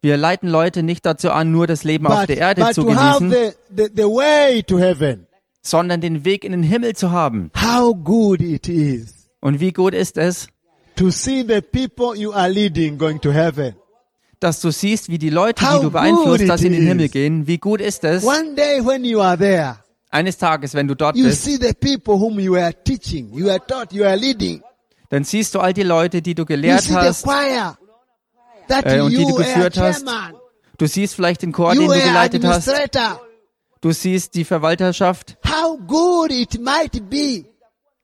[SPEAKER 2] wir leiten Leute nicht dazu an, nur das Leben auf
[SPEAKER 1] but,
[SPEAKER 2] der Erde
[SPEAKER 1] but
[SPEAKER 2] zu
[SPEAKER 1] to hmm? have
[SPEAKER 2] genießen,
[SPEAKER 1] the, the, the way to heaven.
[SPEAKER 2] sondern den Weg in den Himmel zu haben.
[SPEAKER 1] How good it is
[SPEAKER 2] Und wie gut ist es,
[SPEAKER 1] to see the people you are leading going to heaven.
[SPEAKER 2] dass du siehst, wie die Leute,
[SPEAKER 1] How
[SPEAKER 2] die du
[SPEAKER 1] good
[SPEAKER 2] beeinflusst hast,
[SPEAKER 1] it
[SPEAKER 2] in den
[SPEAKER 1] is.
[SPEAKER 2] Himmel gehen. Wie gut ist es,
[SPEAKER 1] One day when you are there,
[SPEAKER 2] eines Tages, wenn du dort
[SPEAKER 1] you
[SPEAKER 2] bist,
[SPEAKER 1] see the people whom you are teaching, you are taught, you are leading.
[SPEAKER 2] dann siehst du all die Leute, die du
[SPEAKER 1] You
[SPEAKER 2] gelehrt
[SPEAKER 1] see the
[SPEAKER 2] hast.
[SPEAKER 1] choir that
[SPEAKER 2] Äh, und die
[SPEAKER 1] you
[SPEAKER 2] du
[SPEAKER 1] were
[SPEAKER 2] geführt hast,
[SPEAKER 1] chairman,
[SPEAKER 2] Du siehst vielleicht den Chor,
[SPEAKER 1] you
[SPEAKER 2] den
[SPEAKER 1] were
[SPEAKER 2] du geleitet hast.
[SPEAKER 1] administrator.
[SPEAKER 2] Du siehst die Verwalterschaft.
[SPEAKER 1] How good it might be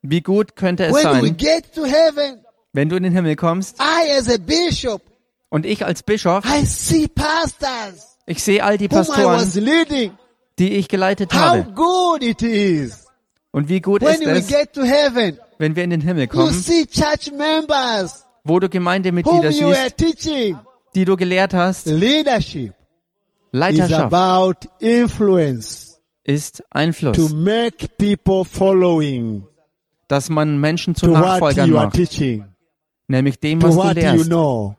[SPEAKER 2] Wie gut könnte es
[SPEAKER 1] when we
[SPEAKER 2] sein,
[SPEAKER 1] get to heaven.
[SPEAKER 2] wenn du in den Himmel kommst
[SPEAKER 1] I, as a bishop,
[SPEAKER 2] und ich als Bischof,
[SPEAKER 1] I see pastors
[SPEAKER 2] ich sehe all die
[SPEAKER 1] whom I was
[SPEAKER 2] Pastoren,
[SPEAKER 1] leading.
[SPEAKER 2] die ich geleitet
[SPEAKER 1] How
[SPEAKER 2] habe.
[SPEAKER 1] good it is
[SPEAKER 2] Und wie gut
[SPEAKER 1] when
[SPEAKER 2] ist
[SPEAKER 1] we
[SPEAKER 2] es,
[SPEAKER 1] get to heaven.
[SPEAKER 2] wenn wir in den Himmel
[SPEAKER 1] You
[SPEAKER 2] kommen,
[SPEAKER 1] see church members
[SPEAKER 2] wo du
[SPEAKER 1] whom
[SPEAKER 2] Gemeindemitglieder
[SPEAKER 1] you were
[SPEAKER 2] siehst,
[SPEAKER 1] teaching.
[SPEAKER 2] die du gelehrt hast.
[SPEAKER 1] Leadership is
[SPEAKER 2] Leiterschaft
[SPEAKER 1] about influence
[SPEAKER 2] ist
[SPEAKER 1] to
[SPEAKER 2] Einfluss,
[SPEAKER 1] make people following
[SPEAKER 2] dass man Menschen zu
[SPEAKER 1] to what
[SPEAKER 2] Nachfolgern
[SPEAKER 1] you are
[SPEAKER 2] macht,
[SPEAKER 1] teaching,
[SPEAKER 2] nämlich dem,
[SPEAKER 1] to
[SPEAKER 2] was du
[SPEAKER 1] what you
[SPEAKER 2] lehrst,
[SPEAKER 1] know.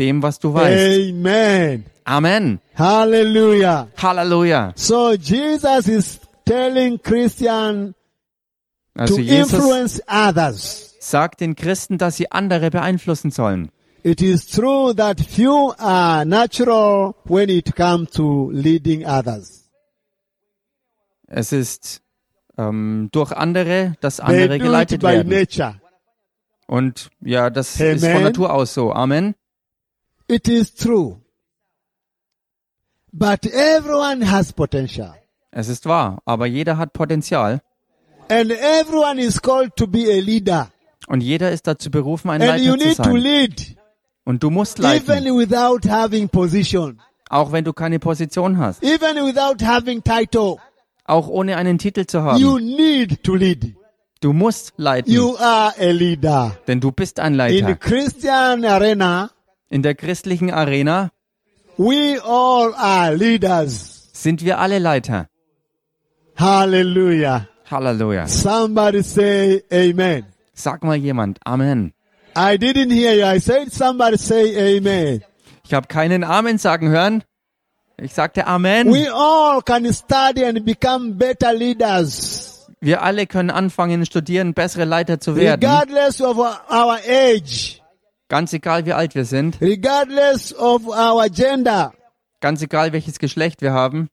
[SPEAKER 2] dem, was du weißt.
[SPEAKER 1] Amen.
[SPEAKER 2] Amen.
[SPEAKER 1] Hallelujah.
[SPEAKER 2] Halleluja.
[SPEAKER 1] So Jesus is telling Christian
[SPEAKER 2] Also
[SPEAKER 1] to
[SPEAKER 2] Jesus
[SPEAKER 1] influence others.
[SPEAKER 2] sagt den Christen, dass sie andere beeinflussen sollen.
[SPEAKER 1] It is true that few are natural when it comes to leading others.
[SPEAKER 2] Es ist ähm, durch andere, dass
[SPEAKER 1] They
[SPEAKER 2] andere
[SPEAKER 1] do it
[SPEAKER 2] geleitet
[SPEAKER 1] by
[SPEAKER 2] werden.
[SPEAKER 1] nature.
[SPEAKER 2] Und ja, das
[SPEAKER 1] Amen.
[SPEAKER 2] ist von Natur aus so. Amen.
[SPEAKER 1] It is true. But everyone has potential.
[SPEAKER 2] Es ist wahr, aber jeder hat Potenzial
[SPEAKER 1] And everyone is called to be a leader.
[SPEAKER 2] und jeder ist dazu berufen, ein
[SPEAKER 1] And you
[SPEAKER 2] Leiter zu
[SPEAKER 1] need to
[SPEAKER 2] sein.
[SPEAKER 1] lead,
[SPEAKER 2] Und du musst leiten,
[SPEAKER 1] even without having position,
[SPEAKER 2] auch wenn du keine Position hast,
[SPEAKER 1] even without having title.
[SPEAKER 2] auch ohne einen Titel zu haben.
[SPEAKER 1] You need to lead.
[SPEAKER 2] Du musst leiten,
[SPEAKER 1] You are a leader.
[SPEAKER 2] denn du bist
[SPEAKER 1] In
[SPEAKER 2] ein
[SPEAKER 1] the
[SPEAKER 2] Leiter.
[SPEAKER 1] Christian arena,
[SPEAKER 2] In der christlichen Arena
[SPEAKER 1] we all are leaders.
[SPEAKER 2] sind wir alle Leiter.
[SPEAKER 1] Hallelujah.
[SPEAKER 2] Halleluja.
[SPEAKER 1] Somebody say amen.
[SPEAKER 2] Sag mal jemand, Amen.
[SPEAKER 1] I didn't hear you. I said somebody say amen.
[SPEAKER 2] Ich habe keinen Amen sagen hören. Ich sagte Amen.
[SPEAKER 1] We all can study and become better leaders,
[SPEAKER 2] Wir alle können anfangen, studieren, bessere Leiter zu werden.
[SPEAKER 1] regardless of our our age,
[SPEAKER 2] Ganz egal, wie alt wir sind.
[SPEAKER 1] regardless of our gender,
[SPEAKER 2] Ganz egal, welches Geschlecht wir haben.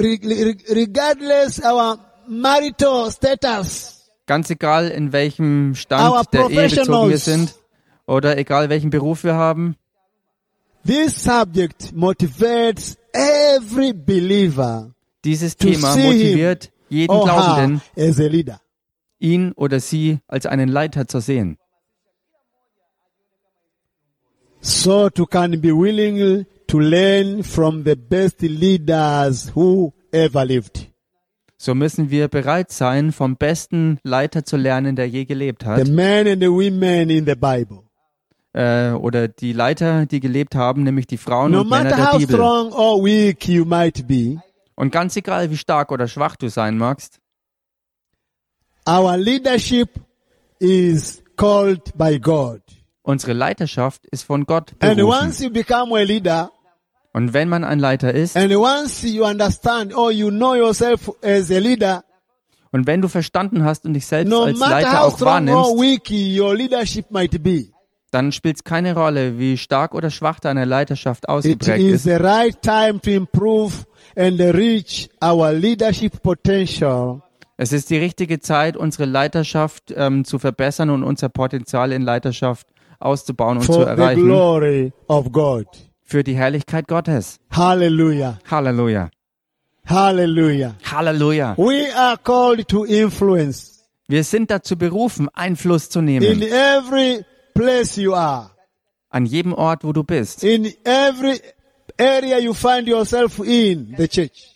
[SPEAKER 1] re- re- regardless our marital status.
[SPEAKER 2] Ganz egal, in welchem
[SPEAKER 1] Our
[SPEAKER 2] Stand der Ehe bezogen wir
[SPEAKER 1] professionals.
[SPEAKER 2] sind. Oder egal, welchen Beruf wir haben.
[SPEAKER 1] This subject motivates every believer
[SPEAKER 2] Dieses
[SPEAKER 1] To
[SPEAKER 2] Thema
[SPEAKER 1] see Oh, him
[SPEAKER 2] motiviert jeden
[SPEAKER 1] or her
[SPEAKER 2] Glaubenden,
[SPEAKER 1] as a leader.
[SPEAKER 2] ihn oder sie als einen Leiter zu sehen.
[SPEAKER 1] So to can be willing to learn from the best leaders who ever lived.
[SPEAKER 2] So müssen wir bereit sein, vom besten Leiter zu lernen, der je gelebt
[SPEAKER 1] The
[SPEAKER 2] hat.
[SPEAKER 1] men and the women in the Bible.
[SPEAKER 2] Äh, oder die Leiter, die gelebt haben, nämlich die Frauen
[SPEAKER 1] No
[SPEAKER 2] und Männer
[SPEAKER 1] matter
[SPEAKER 2] der
[SPEAKER 1] how
[SPEAKER 2] Bibel.
[SPEAKER 1] strong or weak you might be,
[SPEAKER 2] Und ganz egal, wie stark oder schwach du sein magst,
[SPEAKER 1] our leadership is called by God.
[SPEAKER 2] unsere Leiterschaft ist von Gott
[SPEAKER 1] And
[SPEAKER 2] berufen.
[SPEAKER 1] once you become a leader,
[SPEAKER 2] Und wenn man ein Leiter ist
[SPEAKER 1] and once you understand or you know yourself as a leader,
[SPEAKER 2] und wenn du verstanden hast und dich selbst
[SPEAKER 1] no
[SPEAKER 2] als
[SPEAKER 1] matter
[SPEAKER 2] Leiter
[SPEAKER 1] how
[SPEAKER 2] auch
[SPEAKER 1] strong or
[SPEAKER 2] wahrnimmst,
[SPEAKER 1] weak your leadership might be,
[SPEAKER 2] dann spielt es keine Rolle, wie stark oder schwach deine Leiterschaft
[SPEAKER 1] it
[SPEAKER 2] ausgeprägt
[SPEAKER 1] is
[SPEAKER 2] ist.
[SPEAKER 1] the right time to improve and reach our leadership potential
[SPEAKER 2] Es ist die richtige Zeit, unsere Leiterschaft ähm, zu verbessern und unser Potenzial in Leiterschaft auszubauen und zu
[SPEAKER 1] for the
[SPEAKER 2] erreichen
[SPEAKER 1] glory of God.
[SPEAKER 2] für die Herrlichkeit Gottes.
[SPEAKER 1] Hallelujah.
[SPEAKER 2] Halleluja.
[SPEAKER 1] Hallelujah.
[SPEAKER 2] Halleluja.
[SPEAKER 1] We are called to influence
[SPEAKER 2] Wir sind dazu berufen, Einfluss zu
[SPEAKER 1] in
[SPEAKER 2] nehmen
[SPEAKER 1] every place you are,
[SPEAKER 2] an jedem Ort, wo du bist.
[SPEAKER 1] in every area you find yourself in the church.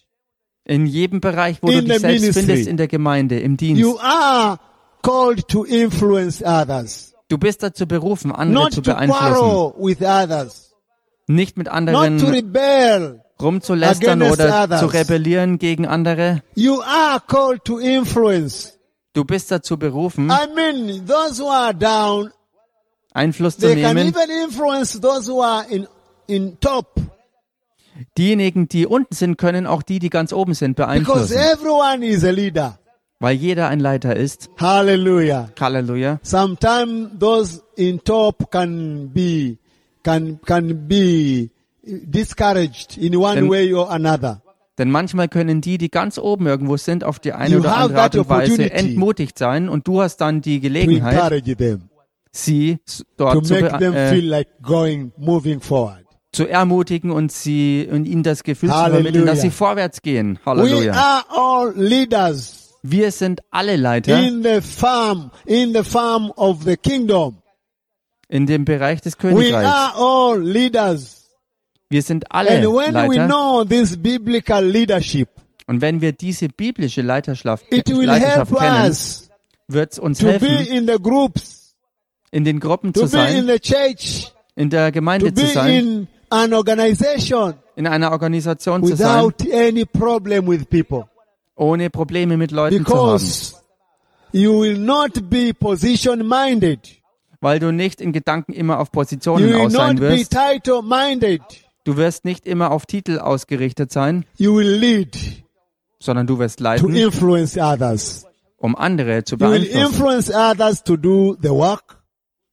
[SPEAKER 2] In jedem Bereich, wo
[SPEAKER 1] In
[SPEAKER 2] du dich
[SPEAKER 1] the
[SPEAKER 2] selbst
[SPEAKER 1] ministry.
[SPEAKER 2] findest, in der Gemeinde, im Dienst.
[SPEAKER 1] You are called to influence others,
[SPEAKER 2] du bist dazu berufen, andere
[SPEAKER 1] not
[SPEAKER 2] zu
[SPEAKER 1] to
[SPEAKER 2] beeinflussen.
[SPEAKER 1] quarrel with others,
[SPEAKER 2] Nicht mit
[SPEAKER 1] not to
[SPEAKER 2] anderen
[SPEAKER 1] rebel.
[SPEAKER 2] rumzulästern
[SPEAKER 1] against
[SPEAKER 2] oder
[SPEAKER 1] others.
[SPEAKER 2] zu rebellieren gegen andere.
[SPEAKER 1] You are called to influence
[SPEAKER 2] Du bist dazu berufen,
[SPEAKER 1] I mean, those who are down,
[SPEAKER 2] Einfluss zu
[SPEAKER 1] they can
[SPEAKER 2] nehmen.
[SPEAKER 1] even influence those who are in, in top.
[SPEAKER 2] Diejenigen, die unten sind, können auch die, die ganz oben sind,
[SPEAKER 1] Because
[SPEAKER 2] beeinflussen.
[SPEAKER 1] everyone is a leader.
[SPEAKER 2] Weil jeder ein Leiter ist.
[SPEAKER 1] Hallelujah.
[SPEAKER 2] Halleluja.
[SPEAKER 1] Sometimes those in top can be, can, can be discouraged in one
[SPEAKER 2] Then-
[SPEAKER 1] way or another.
[SPEAKER 2] Denn manchmal können die, die ganz oben irgendwo sind, auf die eine
[SPEAKER 1] You
[SPEAKER 2] oder
[SPEAKER 1] have
[SPEAKER 2] andere
[SPEAKER 1] that
[SPEAKER 2] Art und Weise
[SPEAKER 1] opportunity.
[SPEAKER 2] entmutigt sein und du hast dann die
[SPEAKER 1] To
[SPEAKER 2] Gelegenheit,
[SPEAKER 1] encourage them.
[SPEAKER 2] sie s-
[SPEAKER 1] To
[SPEAKER 2] dort zu,
[SPEAKER 1] make
[SPEAKER 2] bee-
[SPEAKER 1] them
[SPEAKER 2] äh,
[SPEAKER 1] feel like going, moving forward.
[SPEAKER 2] zu ermutigen und sie und ihnen das Gefühl zu
[SPEAKER 1] Halleluja.
[SPEAKER 2] vermitteln, dass sie vorwärts gehen.
[SPEAKER 1] We
[SPEAKER 2] Halleluja.
[SPEAKER 1] are all leaders.
[SPEAKER 2] Wir sind alle Leiter
[SPEAKER 1] in the farm, in the farm of the kingdom.
[SPEAKER 2] in dem Bereich des
[SPEAKER 1] We
[SPEAKER 2] Königreichs.
[SPEAKER 1] are all leaders.
[SPEAKER 2] Wir sind alle
[SPEAKER 1] And when we
[SPEAKER 2] Leiter.
[SPEAKER 1] know this biblical leadership,
[SPEAKER 2] Und wenn wir diese biblische Leiterschaft,
[SPEAKER 1] it will
[SPEAKER 2] Leiterschaft
[SPEAKER 1] help
[SPEAKER 2] kennen,
[SPEAKER 1] us
[SPEAKER 2] wird es uns
[SPEAKER 1] to
[SPEAKER 2] helfen,
[SPEAKER 1] be in the groups,
[SPEAKER 2] in den Gruppen zu
[SPEAKER 1] to be in
[SPEAKER 2] sein,
[SPEAKER 1] the church,
[SPEAKER 2] in der
[SPEAKER 1] to
[SPEAKER 2] Gemeinde zu
[SPEAKER 1] be
[SPEAKER 2] sein,
[SPEAKER 1] in an organization
[SPEAKER 2] in einer Organisation zu sein,
[SPEAKER 1] without any problem with people.
[SPEAKER 2] ohne Probleme mit Leuten zu haben.
[SPEAKER 1] Because you will not be position minded.
[SPEAKER 2] Weil du nicht in Gedanken immer auf
[SPEAKER 1] You
[SPEAKER 2] Positionen
[SPEAKER 1] will
[SPEAKER 2] aus
[SPEAKER 1] not
[SPEAKER 2] sein
[SPEAKER 1] be
[SPEAKER 2] wirst.
[SPEAKER 1] title minded.
[SPEAKER 2] Du wirst nicht immer auf Titel ausgerichtet sein,
[SPEAKER 1] You will lead
[SPEAKER 2] sondern du wirst
[SPEAKER 1] to
[SPEAKER 2] leiten,
[SPEAKER 1] influence others.
[SPEAKER 2] um andere zu
[SPEAKER 1] You will
[SPEAKER 2] beeinflussen.
[SPEAKER 1] Hmm? influence others to do the work.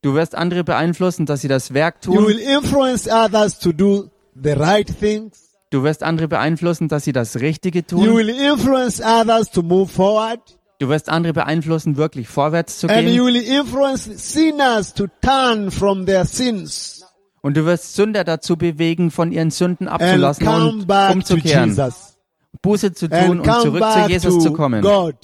[SPEAKER 2] Du wirst andere beeinflussen, dass sie das Werk
[SPEAKER 1] You will
[SPEAKER 2] tun.
[SPEAKER 1] influence others to do the right things.
[SPEAKER 2] Du wirst andere beeinflussen, dass sie das Richtige
[SPEAKER 1] You
[SPEAKER 2] tun.
[SPEAKER 1] will influence others to move forward.
[SPEAKER 2] Du wirst andere beeinflussen, wirklich vorwärts zu
[SPEAKER 1] And
[SPEAKER 2] gehen.
[SPEAKER 1] you will influence sinners to turn from their sins
[SPEAKER 2] Und du wirst Sünder dazu bewegen, von ihren Sünden
[SPEAKER 1] and
[SPEAKER 2] abzulassen
[SPEAKER 1] come
[SPEAKER 2] und
[SPEAKER 1] back to
[SPEAKER 2] umzukehren,
[SPEAKER 1] Jesus.
[SPEAKER 2] Buße zu tun
[SPEAKER 1] And
[SPEAKER 2] und
[SPEAKER 1] come
[SPEAKER 2] zurück zu
[SPEAKER 1] back
[SPEAKER 2] Jesus zu
[SPEAKER 1] to
[SPEAKER 2] kommen,
[SPEAKER 1] God.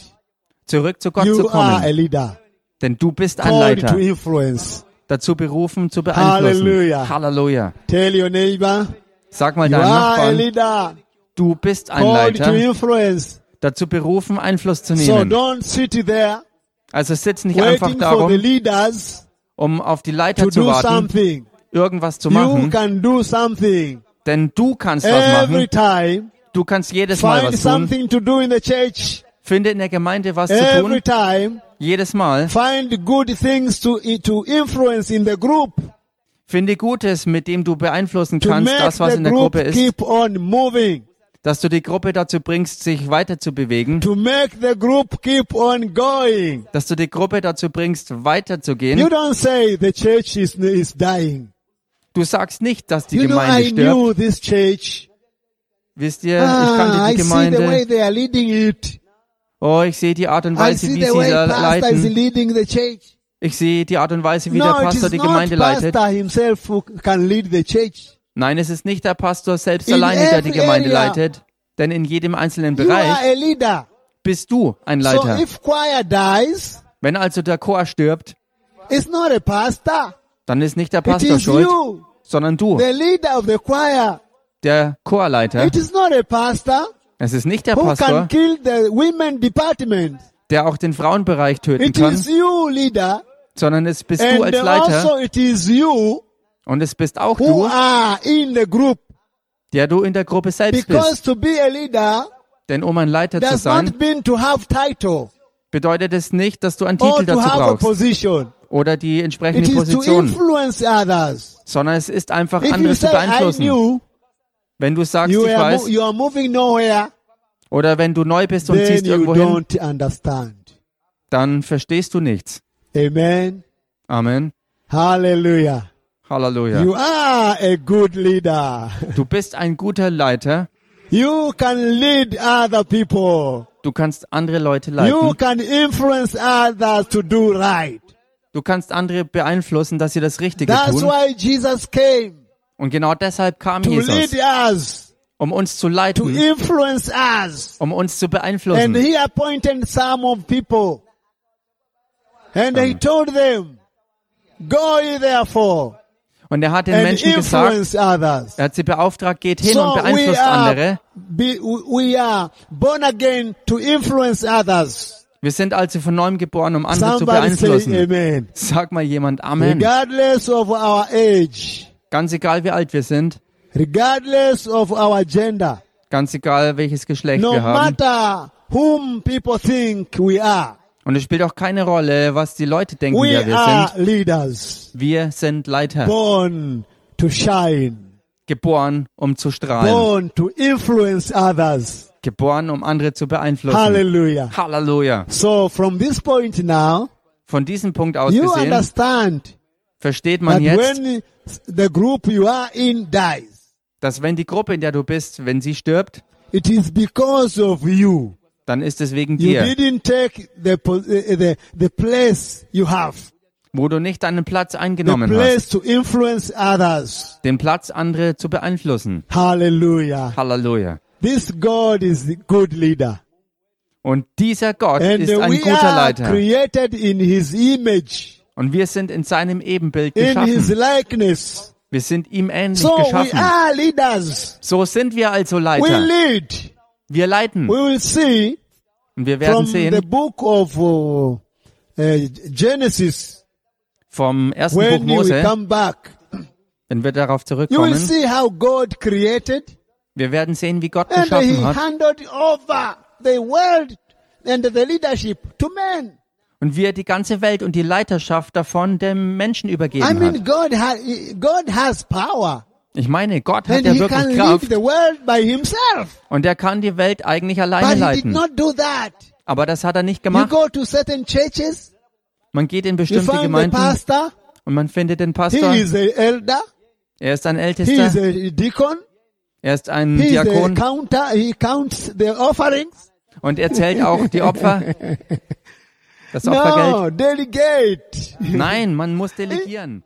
[SPEAKER 2] zurück zu Gott zu
[SPEAKER 1] You are a
[SPEAKER 2] kommen.
[SPEAKER 1] leader.
[SPEAKER 2] Denn du bist ein
[SPEAKER 1] Called to
[SPEAKER 2] Leiter,
[SPEAKER 1] influence.
[SPEAKER 2] dazu berufen, zu beeinflussen.
[SPEAKER 1] Halleluja.
[SPEAKER 2] Halleluja.
[SPEAKER 1] Tell your neighbor,
[SPEAKER 2] Sag mal
[SPEAKER 1] you
[SPEAKER 2] deinem
[SPEAKER 1] are a
[SPEAKER 2] Nachbarn,
[SPEAKER 1] leader.
[SPEAKER 2] du bist ein
[SPEAKER 1] Called to
[SPEAKER 2] Leiter,
[SPEAKER 1] influence.
[SPEAKER 2] dazu berufen, Einfluss zu
[SPEAKER 1] So
[SPEAKER 2] nehmen.
[SPEAKER 1] don't sit there
[SPEAKER 2] Also sitz nicht
[SPEAKER 1] waiting
[SPEAKER 2] einfach
[SPEAKER 1] for the
[SPEAKER 2] darum,
[SPEAKER 1] leaders
[SPEAKER 2] um auf die Leiter
[SPEAKER 1] to
[SPEAKER 2] zu
[SPEAKER 1] do
[SPEAKER 2] warten,
[SPEAKER 1] something.
[SPEAKER 2] irgendwas zu
[SPEAKER 1] You
[SPEAKER 2] machen,
[SPEAKER 1] can do something
[SPEAKER 2] denn du kannst was
[SPEAKER 1] every
[SPEAKER 2] machen.
[SPEAKER 1] time.
[SPEAKER 2] Du kannst jedes Mal
[SPEAKER 1] Find
[SPEAKER 2] was tun.
[SPEAKER 1] something to do in the church
[SPEAKER 2] Finde in der Gemeinde was zu
[SPEAKER 1] every
[SPEAKER 2] tun,
[SPEAKER 1] time.
[SPEAKER 2] jedes Mal.
[SPEAKER 1] Find good things to to influence in the group
[SPEAKER 2] Finde Gutes, mit dem du beeinflussen
[SPEAKER 1] to
[SPEAKER 2] kannst,
[SPEAKER 1] make
[SPEAKER 2] das, was
[SPEAKER 1] the
[SPEAKER 2] in der
[SPEAKER 1] group
[SPEAKER 2] Gruppe ist,
[SPEAKER 1] keep on moving.
[SPEAKER 2] dass du die Gruppe dazu bringst, sich weiter zu bewegen,
[SPEAKER 1] To make the group keep on going.
[SPEAKER 2] dass du die Gruppe dazu bringst,
[SPEAKER 1] You
[SPEAKER 2] weiterzugehen.
[SPEAKER 1] don't say the church is is dying.
[SPEAKER 2] Du sagst nicht, dass die
[SPEAKER 1] You know
[SPEAKER 2] Gemeinde
[SPEAKER 1] I
[SPEAKER 2] stirbt.
[SPEAKER 1] knew this church.
[SPEAKER 2] Wisst ihr, ich
[SPEAKER 1] Ah,
[SPEAKER 2] kannte
[SPEAKER 1] I
[SPEAKER 2] die
[SPEAKER 1] see the way
[SPEAKER 2] Gemeinde.
[SPEAKER 1] they are leading it.
[SPEAKER 2] Oh, ich sehe die Art und
[SPEAKER 1] I
[SPEAKER 2] Weise,
[SPEAKER 1] see
[SPEAKER 2] wie
[SPEAKER 1] the
[SPEAKER 2] sie
[SPEAKER 1] way
[SPEAKER 2] le-
[SPEAKER 1] pastor is
[SPEAKER 2] leiten.
[SPEAKER 1] leading the church.
[SPEAKER 2] Ich sehe die Art und Weise, wie der
[SPEAKER 1] no, it
[SPEAKER 2] Pastor
[SPEAKER 1] is
[SPEAKER 2] die
[SPEAKER 1] not
[SPEAKER 2] Gemeinde leitet.
[SPEAKER 1] pastor himself who can lead the church.
[SPEAKER 2] Nein, es ist nicht der Pastor selbst
[SPEAKER 1] In
[SPEAKER 2] alleine, der die
[SPEAKER 1] every
[SPEAKER 2] Gemeinde
[SPEAKER 1] area.
[SPEAKER 2] leitet. Denn in jedem einzelnen
[SPEAKER 1] You are
[SPEAKER 2] Bereich
[SPEAKER 1] a leader.
[SPEAKER 2] bist du ein
[SPEAKER 1] So
[SPEAKER 2] Leiter.
[SPEAKER 1] if choir dies,
[SPEAKER 2] Wenn also der Chor stirbt,
[SPEAKER 1] it's not a pastor.
[SPEAKER 2] dann ist nicht der
[SPEAKER 1] It
[SPEAKER 2] Pastor
[SPEAKER 1] is
[SPEAKER 2] schuld,
[SPEAKER 1] you,
[SPEAKER 2] sondern du.
[SPEAKER 1] the leader of the choir.
[SPEAKER 2] der Chorleiter.
[SPEAKER 1] It is not a pastor
[SPEAKER 2] Es ist nicht der
[SPEAKER 1] who can
[SPEAKER 2] Pastor,
[SPEAKER 1] kill the women department.
[SPEAKER 2] der auch den Frauenbereich töten
[SPEAKER 1] It
[SPEAKER 2] kann,
[SPEAKER 1] is you, leader,
[SPEAKER 2] sondern es bist du
[SPEAKER 1] and
[SPEAKER 2] als Leiter
[SPEAKER 1] also it is you
[SPEAKER 2] und es bist auch
[SPEAKER 1] who
[SPEAKER 2] du,
[SPEAKER 1] are in the group.
[SPEAKER 2] der du in der Gruppe selbst bist.
[SPEAKER 1] Because to be a leader
[SPEAKER 2] Denn um ein Leiter zu
[SPEAKER 1] does
[SPEAKER 2] sein,
[SPEAKER 1] not mean to have title
[SPEAKER 2] bedeutet es nicht, dass du einen
[SPEAKER 1] or
[SPEAKER 2] Titel
[SPEAKER 1] to
[SPEAKER 2] dazu
[SPEAKER 1] have a
[SPEAKER 2] brauchst
[SPEAKER 1] position.
[SPEAKER 2] oder die
[SPEAKER 1] It
[SPEAKER 2] entsprechende
[SPEAKER 1] is to
[SPEAKER 2] Position,
[SPEAKER 1] influence others.
[SPEAKER 2] sondern es ist einfach
[SPEAKER 1] If you
[SPEAKER 2] anderes zu
[SPEAKER 1] say I
[SPEAKER 2] beeinflussen.
[SPEAKER 1] knew
[SPEAKER 2] Wenn du sagst,
[SPEAKER 1] you
[SPEAKER 2] ich
[SPEAKER 1] are, mo-
[SPEAKER 2] weiß,
[SPEAKER 1] you are moving nowhere,
[SPEAKER 2] oder wenn du neu bist und
[SPEAKER 1] then
[SPEAKER 2] ziehst
[SPEAKER 1] you
[SPEAKER 2] irgendwo hin,
[SPEAKER 1] don't understand.
[SPEAKER 2] dann verstehst du nichts.
[SPEAKER 1] Amen.
[SPEAKER 2] Amen.
[SPEAKER 1] Hallelujah.
[SPEAKER 2] Halleluja.
[SPEAKER 1] You are a good leader.
[SPEAKER 2] Du bist ein guter Leiter.
[SPEAKER 1] You can lead other people.
[SPEAKER 2] Du kannst andere Leute
[SPEAKER 1] You
[SPEAKER 2] leiten.
[SPEAKER 1] can influence others to do right.
[SPEAKER 2] Du kannst andere beeinflussen, dass sie das Richtige
[SPEAKER 1] That's
[SPEAKER 2] tun.
[SPEAKER 1] why Jesus came
[SPEAKER 2] Und genau deshalb kam
[SPEAKER 1] to lead
[SPEAKER 2] Jesus,
[SPEAKER 1] us,
[SPEAKER 2] um uns zu
[SPEAKER 1] to
[SPEAKER 2] leiten,
[SPEAKER 1] influence us.
[SPEAKER 2] um uns zu
[SPEAKER 1] And
[SPEAKER 2] beeinflussen.
[SPEAKER 1] he appointed some of people. And
[SPEAKER 2] Um,
[SPEAKER 1] he told them, go ye therefore
[SPEAKER 2] Und er hat den
[SPEAKER 1] and
[SPEAKER 2] Menschen gesagt,
[SPEAKER 1] influence others.
[SPEAKER 2] er hat sie beauftragt, geht hin und
[SPEAKER 1] So we
[SPEAKER 2] beeinflusst
[SPEAKER 1] are,
[SPEAKER 2] andere.
[SPEAKER 1] be, we are born again to influence others.
[SPEAKER 2] Wir sind also von neuem geboren, um andere zu
[SPEAKER 1] Somebody say
[SPEAKER 2] beeinflussen.
[SPEAKER 1] amen.
[SPEAKER 2] Sag mal jemand Amen.
[SPEAKER 1] Regardless of our age,
[SPEAKER 2] Ganz egal, wie alt wir sind,
[SPEAKER 1] regardless of our gender,
[SPEAKER 2] ganz egal, welches Geschlecht
[SPEAKER 1] no
[SPEAKER 2] wir haben,
[SPEAKER 1] matter whom people think we are,
[SPEAKER 2] Und es spielt auch keine Rolle, was die Leute denken,
[SPEAKER 1] We
[SPEAKER 2] wer wir
[SPEAKER 1] are
[SPEAKER 2] sind.
[SPEAKER 1] leaders
[SPEAKER 2] Wir sind Leiter,
[SPEAKER 1] born to shine,
[SPEAKER 2] geboren, um zu strahlen,
[SPEAKER 1] born to influence others.
[SPEAKER 2] geboren, um andere zu beeinflussen.
[SPEAKER 1] Hallelujah.
[SPEAKER 2] Halleluja.
[SPEAKER 1] So from this point now,
[SPEAKER 2] Von diesem Punkt aus
[SPEAKER 1] you
[SPEAKER 2] gesehen
[SPEAKER 1] understand
[SPEAKER 2] versteht
[SPEAKER 1] that
[SPEAKER 2] man jetzt,
[SPEAKER 1] when the group you are in dies,
[SPEAKER 2] dass wenn die Gruppe, in der du bist, wenn sie stirbt,
[SPEAKER 1] it is because of you.
[SPEAKER 2] dann ist es wegen
[SPEAKER 1] You
[SPEAKER 2] dir,
[SPEAKER 1] didn't take the, po- eh, the, the place you have,
[SPEAKER 2] wo du nicht deinen Platz
[SPEAKER 1] the
[SPEAKER 2] eingenommen hast,
[SPEAKER 1] place to influence others.
[SPEAKER 2] den Platz andere zu beeinflussen.
[SPEAKER 1] Hallelujah.
[SPEAKER 2] Halleluja.
[SPEAKER 1] This God is the good leader.
[SPEAKER 2] Und dieser Gott
[SPEAKER 1] And
[SPEAKER 2] ist
[SPEAKER 1] uh,
[SPEAKER 2] ein
[SPEAKER 1] we
[SPEAKER 2] guter
[SPEAKER 1] are
[SPEAKER 2] Leiter.
[SPEAKER 1] created in his image,
[SPEAKER 2] Und wir sind in seinem Ebenbild
[SPEAKER 1] in his
[SPEAKER 2] geschaffen.
[SPEAKER 1] likeness.
[SPEAKER 2] Wir sind ihm ähnlich
[SPEAKER 1] So we
[SPEAKER 2] geschaffen.
[SPEAKER 1] are leaders.
[SPEAKER 2] So sind wir also
[SPEAKER 1] We
[SPEAKER 2] Leiter.
[SPEAKER 1] lead.
[SPEAKER 2] Wir leiten.
[SPEAKER 1] We will see
[SPEAKER 2] Und wir werden
[SPEAKER 1] from the
[SPEAKER 2] sehen
[SPEAKER 1] book of uh, uh, Genesis
[SPEAKER 2] vom ersten Buch
[SPEAKER 1] when we
[SPEAKER 2] Mose,
[SPEAKER 1] come back.
[SPEAKER 2] wenn wir darauf
[SPEAKER 1] You will
[SPEAKER 2] zurückkommen,
[SPEAKER 1] see how God created
[SPEAKER 2] wir werden sehen, wie Gott
[SPEAKER 1] and he
[SPEAKER 2] geschaffen hat
[SPEAKER 1] handed over the world and the leadership to men.
[SPEAKER 2] und wie er die ganze Welt und die Leiterschaft davon dem Menschen
[SPEAKER 1] I
[SPEAKER 2] übergeben
[SPEAKER 1] mean,
[SPEAKER 2] hat.
[SPEAKER 1] God, ha- God has power
[SPEAKER 2] Ich meine, Gott hat
[SPEAKER 1] and
[SPEAKER 2] ja
[SPEAKER 1] he can
[SPEAKER 2] wirklich
[SPEAKER 1] lead
[SPEAKER 2] Kraft
[SPEAKER 1] the world by himself.
[SPEAKER 2] und er kann die Welt eigentlich alleine
[SPEAKER 1] But he did
[SPEAKER 2] leiten.
[SPEAKER 1] not do that.
[SPEAKER 2] Aber das hat er nicht
[SPEAKER 1] You
[SPEAKER 2] gemacht.
[SPEAKER 1] go to certain churches,
[SPEAKER 2] Man geht in
[SPEAKER 1] you
[SPEAKER 2] bestimmte
[SPEAKER 1] find the
[SPEAKER 2] Gemeinden
[SPEAKER 1] pastor,
[SPEAKER 2] und man findet den
[SPEAKER 1] he
[SPEAKER 2] Pastor.
[SPEAKER 1] is an elder,
[SPEAKER 2] Er ist ein
[SPEAKER 1] he is
[SPEAKER 2] Ältester,
[SPEAKER 1] a deacon,
[SPEAKER 2] er ist ein
[SPEAKER 1] he is a
[SPEAKER 2] Diakon
[SPEAKER 1] counter, he counts the offerings.
[SPEAKER 2] und er zählt auch die Opfer, das Opfergeld.
[SPEAKER 1] No, delegate.
[SPEAKER 2] Nein, man muss delegieren.